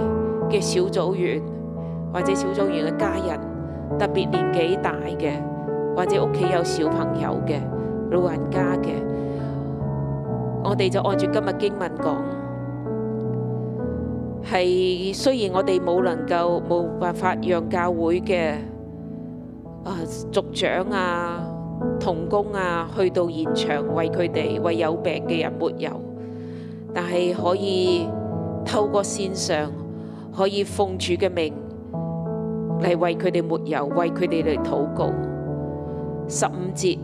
Speaker 5: 嘅小組員。或者小組員嘅家人，特別年紀大嘅，或者屋企有小朋友嘅老人家嘅，我哋就按住今日經文講，係雖然我哋冇能夠冇辦法讓教會嘅啊族長啊、童工啊去到現場為佢哋為有病嘅人抹油，但係可以透過線上可以奉主嘅名。嚟為佢哋抹油，為佢哋嚟禱告。十五節，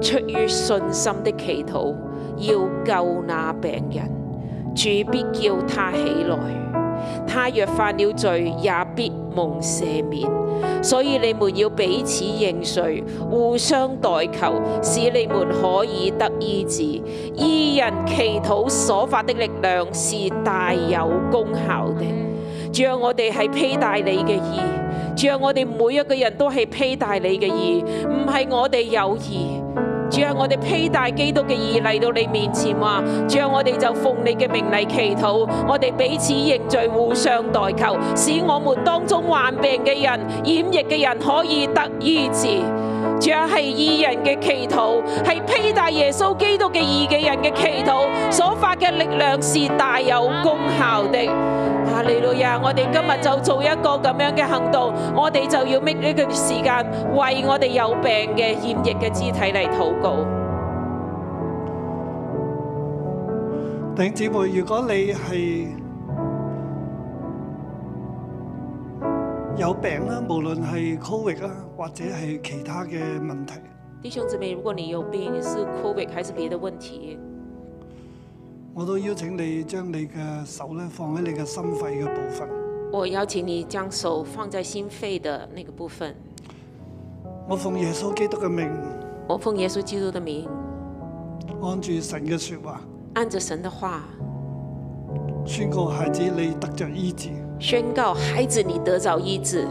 Speaker 5: 出於信心的祈禱，要救那病人，主必叫他起來。他若犯了罪，也必蒙赦免。所以你們要彼此認罪，互相代求，使你們可以得醫治。醫人祈禱所發的力量是大有功效的。主啊，我哋係披戴你嘅義，主啊，我哋每一個人都係披戴你嘅義，唔係我哋有義。主啊，我哋披戴基督嘅義嚟到你面前話，主啊，我哋就奉你嘅名嚟祈禱，我哋彼此認罪，互相代求，使我們當中患病嘅人、染疫嘅人可以得醫治。主啊，係義人嘅祈禱，係披戴耶穌基督嘅義嘅人嘅祈禱，所發嘅力量是大有功效的。哈利路亞！我哋今日就做一個咁樣嘅行動，我哋就要 make 呢個時間為我哋有病嘅染疫嘅肢體嚟禱告。
Speaker 2: 弟兄姊妹，如果你係有病啦，無論係 Covid 啊，或者係其他嘅問題，
Speaker 5: 弟兄姊妹，如果你有病，是 COVID 还是別的問題，
Speaker 2: 我都邀請你將你嘅手咧放喺你嘅心肺嘅部分。
Speaker 5: 我邀請你將手放在心肺的那個部分。
Speaker 2: 我奉耶穌基督嘅命，
Speaker 5: 我奉耶穌基督的名，
Speaker 2: 按住神嘅説話，
Speaker 5: 按着神的話，
Speaker 2: 宣告孩子你得着醫治，
Speaker 5: 宣告孩子你得着醫治，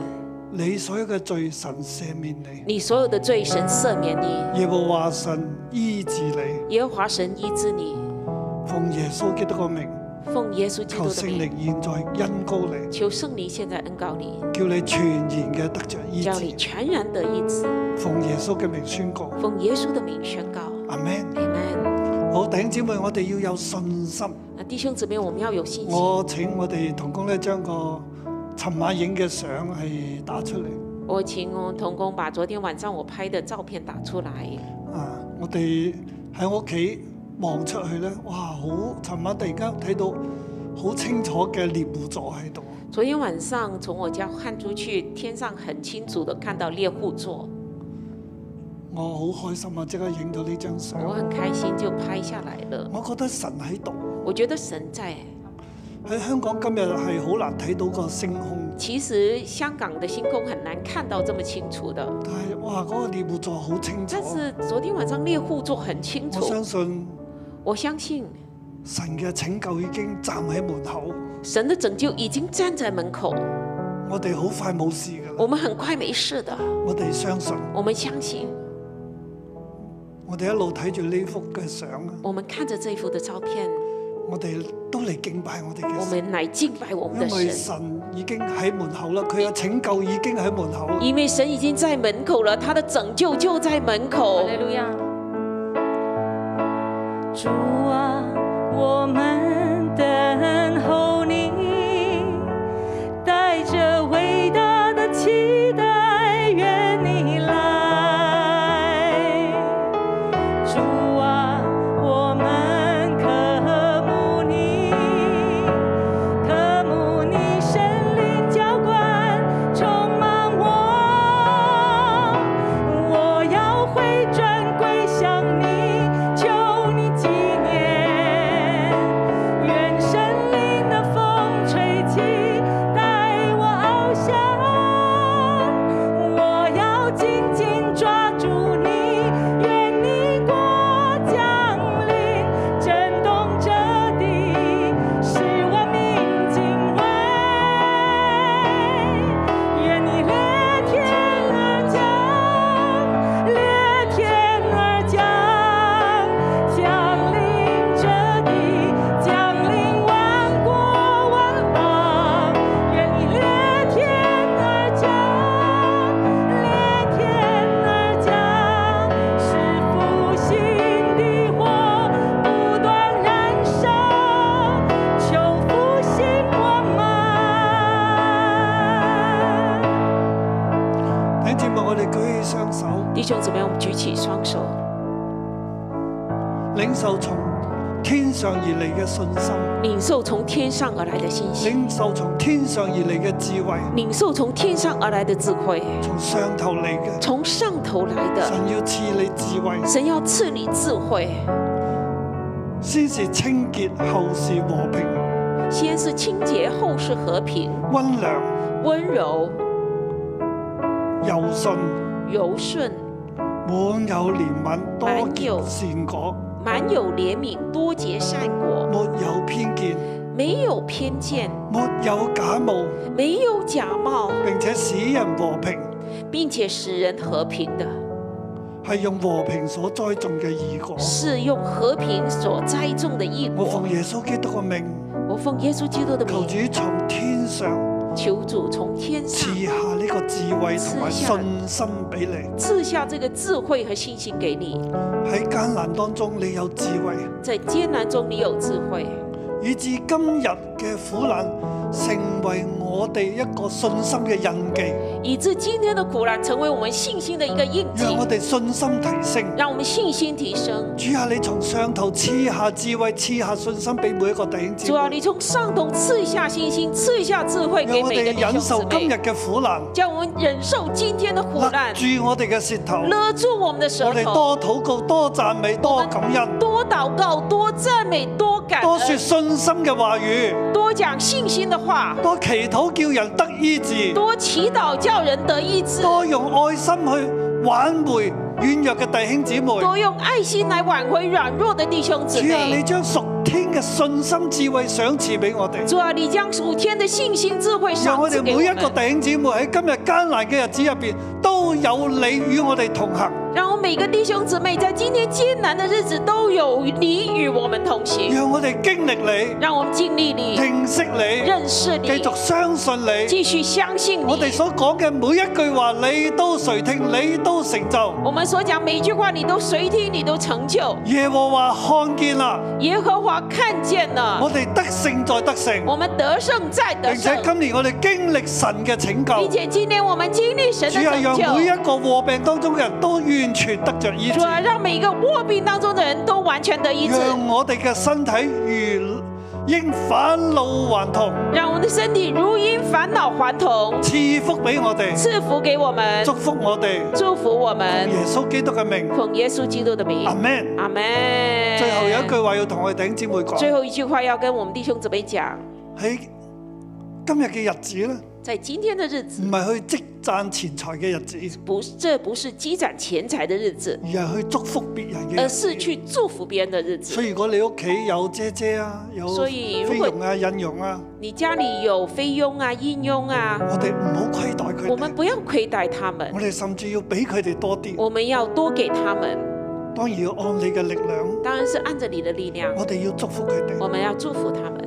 Speaker 2: 你所有嘅罪神赦免你，
Speaker 5: 你所有的罪神赦免你，
Speaker 2: 耶和華神醫治你，
Speaker 5: 耶和華神醫治你。
Speaker 2: 奉耶穌基督嘅命，
Speaker 5: 奉耶穌基
Speaker 2: 求
Speaker 5: 督的
Speaker 2: 聖
Speaker 5: 名，
Speaker 2: 靈現在恩高你。
Speaker 5: 求聖靈現在恩告你，
Speaker 2: 叫你全然嘅得着醫
Speaker 5: 叫你
Speaker 2: 治，
Speaker 5: 全然得醫治。
Speaker 2: 奉耶穌嘅名宣告，
Speaker 5: 奉耶穌的名宣告，
Speaker 2: 阿 Man，
Speaker 5: 阿门。
Speaker 2: 好弟兄姊妹，我哋要有信心。
Speaker 5: 啊，弟兄姊妹，我们要有信心。
Speaker 2: 我請我哋同工咧將個尋晚影嘅相係打出嚟
Speaker 5: 我请我童工把昨天晚上我拍的照片打出来。
Speaker 2: 啊！我哋喺屋企望出去咧，哇！好，尋晚突然間睇到好清楚嘅獵户座喺度，
Speaker 5: 昨天晚上从我家看出去，天上很清楚的看到猎户座，
Speaker 2: 我好開心啊！即刻影咗呢張相，
Speaker 5: 我很开心就拍下来了。
Speaker 2: 我覺得神喺度。
Speaker 5: 我觉得神在。
Speaker 2: 喺香港今日係好難睇到個星空，
Speaker 5: 其實香港的星空很難看到這麼清楚的，
Speaker 2: 但係哇，嗰、個獵户座好清楚
Speaker 5: 但。是昨天晚上獵户座很清
Speaker 2: 我
Speaker 5: 楚，
Speaker 2: 相信
Speaker 5: 我相信
Speaker 2: 神嘅拯救已經站喺門口，
Speaker 5: 神的拯救已經站在門口，
Speaker 2: 我哋好快冇事㗎
Speaker 5: 我
Speaker 2: 啦。
Speaker 5: 們很快沒事的，
Speaker 2: 我哋相信。
Speaker 5: 我們相信，
Speaker 2: 我哋一路睇住呢幅嘅相啊，
Speaker 5: 我們看着這幅的照片，
Speaker 2: 我哋都嚟敬拜我哋
Speaker 5: 我
Speaker 2: 嘅神，
Speaker 5: 們來敬拜我們的
Speaker 2: 因為
Speaker 5: 神，
Speaker 2: 神已經喺門口啦，佢嘅拯救已經喺門口啦。
Speaker 5: 因為神已經在門口了，他的拯救就在門
Speaker 7: 哈
Speaker 5: 口。
Speaker 7: 利路亚。
Speaker 4: 主啊，我们等候你，带着伟大的期待，愿你来。主啊，我们渴慕你，渴慕你神灵浇灌，充满我。我要回转归向你，求你纪念。愿神灵的风吹起，带我翱翔。我要紧紧抓住你，愿你国降临，震动这地，使万民敬畏。愿你裂天而降，裂天而降，降临这地，降临万国万邦。愿你裂天而降，裂天而降，是复兴的火不断燃烧，求复兴我们。
Speaker 2: 喺節目我哋舉起雙手，
Speaker 5: 弟兄姊妹，我们举起双手，
Speaker 2: 領受從天上而嚟嘅信心，
Speaker 5: 领受從天上而來的信息，
Speaker 2: 領受從天上而嚟嘅智慧，
Speaker 5: 领受從天上而來的智慧，
Speaker 2: 從上頭嚟嘅。
Speaker 5: 從上頭來的。
Speaker 2: 神要賜你智慧，
Speaker 5: 神要賜你智慧，
Speaker 2: 先是清潔，後是和平、
Speaker 5: 先是清潔，後是和平、
Speaker 2: 温良、
Speaker 5: 温柔、
Speaker 2: 柔順，
Speaker 5: 柔順，
Speaker 2: 滿有憐憫，多
Speaker 5: 滿有
Speaker 2: 結善果，
Speaker 5: 滿有憐憫，多結善果，
Speaker 2: 沒有偏見，
Speaker 5: 沒有偏見，
Speaker 2: 沒有假冒，
Speaker 5: 沒有假冒，
Speaker 2: 並且使人和平。
Speaker 5: 並且使人和平的，
Speaker 2: 系用和平所栽種嘅義果。
Speaker 5: 是用和平所栽種的義
Speaker 2: 我奉
Speaker 5: 果。
Speaker 2: 耶穌基督嘅命，
Speaker 5: 我奉耶穌基督的
Speaker 2: 求
Speaker 5: 名，
Speaker 2: 主從天上
Speaker 5: 求主從天上
Speaker 2: 賜下呢個智慧同埋信心俾你。
Speaker 5: 賜下這個智慧和信心給你。
Speaker 2: 喺艱難當中，你有智慧，
Speaker 5: 在艰难中你有智慧，
Speaker 2: 以至今日嘅苦難成為我哋一個信心嘅印記，
Speaker 5: 以致今天的苦难成为我们信心的一个印记
Speaker 2: 讓，我哋信心提升。
Speaker 5: 让我们信心提升。
Speaker 2: 主啊，你從上頭賜下智慧，賜下信心俾每一個弟兄姊
Speaker 5: 主啊，
Speaker 2: 妹，
Speaker 5: 你從上頭賜下信心，賜下智慧
Speaker 2: 讓
Speaker 5: 給
Speaker 2: 我
Speaker 5: 每個
Speaker 2: 哋
Speaker 5: 弟
Speaker 2: 忍
Speaker 5: 兄
Speaker 2: 受
Speaker 5: 姊
Speaker 2: 今日
Speaker 5: 妹，
Speaker 2: 嘅苦難，
Speaker 5: 叫我們忍受今天的苦
Speaker 2: 勒
Speaker 5: 難，
Speaker 2: 住我哋嘅舌頭。
Speaker 5: 勒住我們的
Speaker 2: 我
Speaker 5: 舌
Speaker 2: 哋
Speaker 5: 頭，
Speaker 2: 多禱告、多讚美、多感恩。
Speaker 5: 多禱告，多讚美，多感
Speaker 2: 多说
Speaker 5: 恩，
Speaker 2: 信心嘅话语，
Speaker 5: 多講信心的話，
Speaker 2: 多祈祷叫人得医治，
Speaker 5: 多祈禱叫人得醫治，
Speaker 2: 多用爱心去挽回软弱嘅弟兄姊妹。
Speaker 5: 多用愛心來挽回軟弱的弟兄姊
Speaker 2: 主啊，你
Speaker 5: 妹。
Speaker 2: 将属天嘅信心智慧赏赐俾我哋，
Speaker 5: 主啊，你將屬天的信心智慧
Speaker 2: 让
Speaker 5: 賞
Speaker 2: 我
Speaker 5: 賜
Speaker 2: 哋
Speaker 5: 給我
Speaker 2: 每一个
Speaker 5: 們。
Speaker 2: 弟兄姊妹喺今日艰难嘅日子入边都有你与我哋同行。
Speaker 5: 让我每个弟兄姊妹在今天艰难的日子都有你与我们同行，
Speaker 2: 让我哋經歷你，
Speaker 5: 让我们经历你，
Speaker 2: 認識你，
Speaker 5: 认识
Speaker 2: 繼
Speaker 5: 你，
Speaker 2: 續相信你。
Speaker 5: 继续相信
Speaker 2: 我哋
Speaker 5: 你。
Speaker 2: 所講嘅每一句話，你都垂聽，你都成就。
Speaker 5: 我们所讲每一句话，你都随听，你都成就。
Speaker 2: 耶和華看見啦，
Speaker 5: 耶和华看见了，
Speaker 2: 我哋得勝再得勝，
Speaker 5: 我们得胜再得
Speaker 2: 並且
Speaker 5: 胜，
Speaker 2: 今年我哋經歷神嘅拯
Speaker 5: 并
Speaker 2: 救，
Speaker 5: 且今天我们经历神
Speaker 2: 主
Speaker 5: 的
Speaker 2: 係
Speaker 5: 拯
Speaker 2: 讓每一
Speaker 5: 救。
Speaker 2: 個禍病當中嘅人都完全得着醫治
Speaker 5: 主，啊，让每一个卧病当中的人都完全得医治，
Speaker 2: 讓我哋嘅身體如應返老還童，
Speaker 5: 让我们的身体如因返老还童，
Speaker 2: 賜福俾我哋，
Speaker 5: 赐福给我们，
Speaker 2: 祝福我哋，
Speaker 5: 祝福我们。
Speaker 2: 耶穌基督嘅名，
Speaker 5: 奉耶稣基督的名
Speaker 2: 阿，門。
Speaker 5: 阿门。
Speaker 2: 最後有一句話要同我哋弟兄姊妹講。
Speaker 5: 最后一句话要跟我们弟兄姊妹讲，
Speaker 2: 喺今日嘅日子咧，唔
Speaker 5: 在今天的日子，
Speaker 2: 係去積賺錢財嘅日子，
Speaker 5: 不是这不是积攒钱财的日子，
Speaker 2: 而係去祝福別人嘅
Speaker 5: 而
Speaker 2: 日子。
Speaker 5: 是去祝福别人的日
Speaker 2: 嗯
Speaker 5: 子
Speaker 2: 所。以如果你屋企有姐姐啊，有
Speaker 5: 所以
Speaker 2: 菲
Speaker 5: 如果
Speaker 2: 佣啊、印佣啊，
Speaker 5: 你家里有菲佣啊、应佣啊，
Speaker 2: 我哋唔好虧待佢
Speaker 5: 我们
Speaker 2: 哋，
Speaker 5: 不要亏待他们
Speaker 2: 我，哋甚至要俾佢哋多啲。
Speaker 5: 我们要多给他们，
Speaker 2: 當然要按你嘅力量，
Speaker 5: 当然是按着你的力量，
Speaker 2: 我哋要祝福佢哋。
Speaker 5: 我们要祝福他们。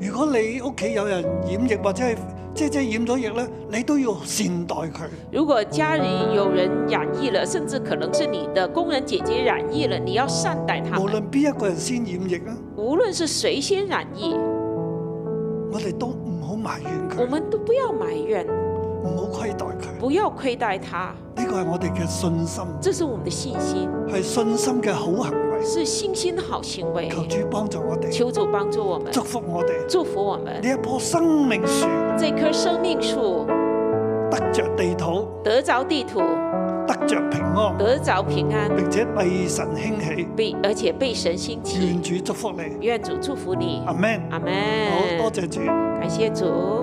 Speaker 2: 如果你屋企有人染疫或者係姐姐染咗疫咧，你都要善待佢。
Speaker 5: 如果家里有人染疫了，甚至可能是你的工人姐姐染疫了，你要善待他
Speaker 2: 無
Speaker 5: 们。
Speaker 2: 論邊一個人先染疫啊，
Speaker 5: 无论是谁先染疫，
Speaker 2: 我哋都唔好埋怨佢
Speaker 5: 我，们都不要埋怨，
Speaker 2: 唔好虧待佢。
Speaker 5: 不要亏待他。
Speaker 2: 呢個係我哋嘅信心，
Speaker 5: 这是我们的信心，
Speaker 2: 係信心嘅好行為。
Speaker 5: 是信心的好行为。
Speaker 2: 求主幫助我哋，
Speaker 5: 求主帮助我们，
Speaker 2: 祝福我哋。
Speaker 5: 祝福我们
Speaker 2: 呢一棵生命樹
Speaker 5: 这棵生命树
Speaker 2: 得着地土，
Speaker 5: 得着地土，
Speaker 2: 得着平安，
Speaker 5: 得着平安。
Speaker 2: 並且被神興起。
Speaker 5: 被而且被神兴起
Speaker 2: 願。主祝福你，
Speaker 5: 愿主祝福你，
Speaker 2: 阿 Man，
Speaker 5: 阿门。
Speaker 2: 好多謝主。
Speaker 3: 感谢主。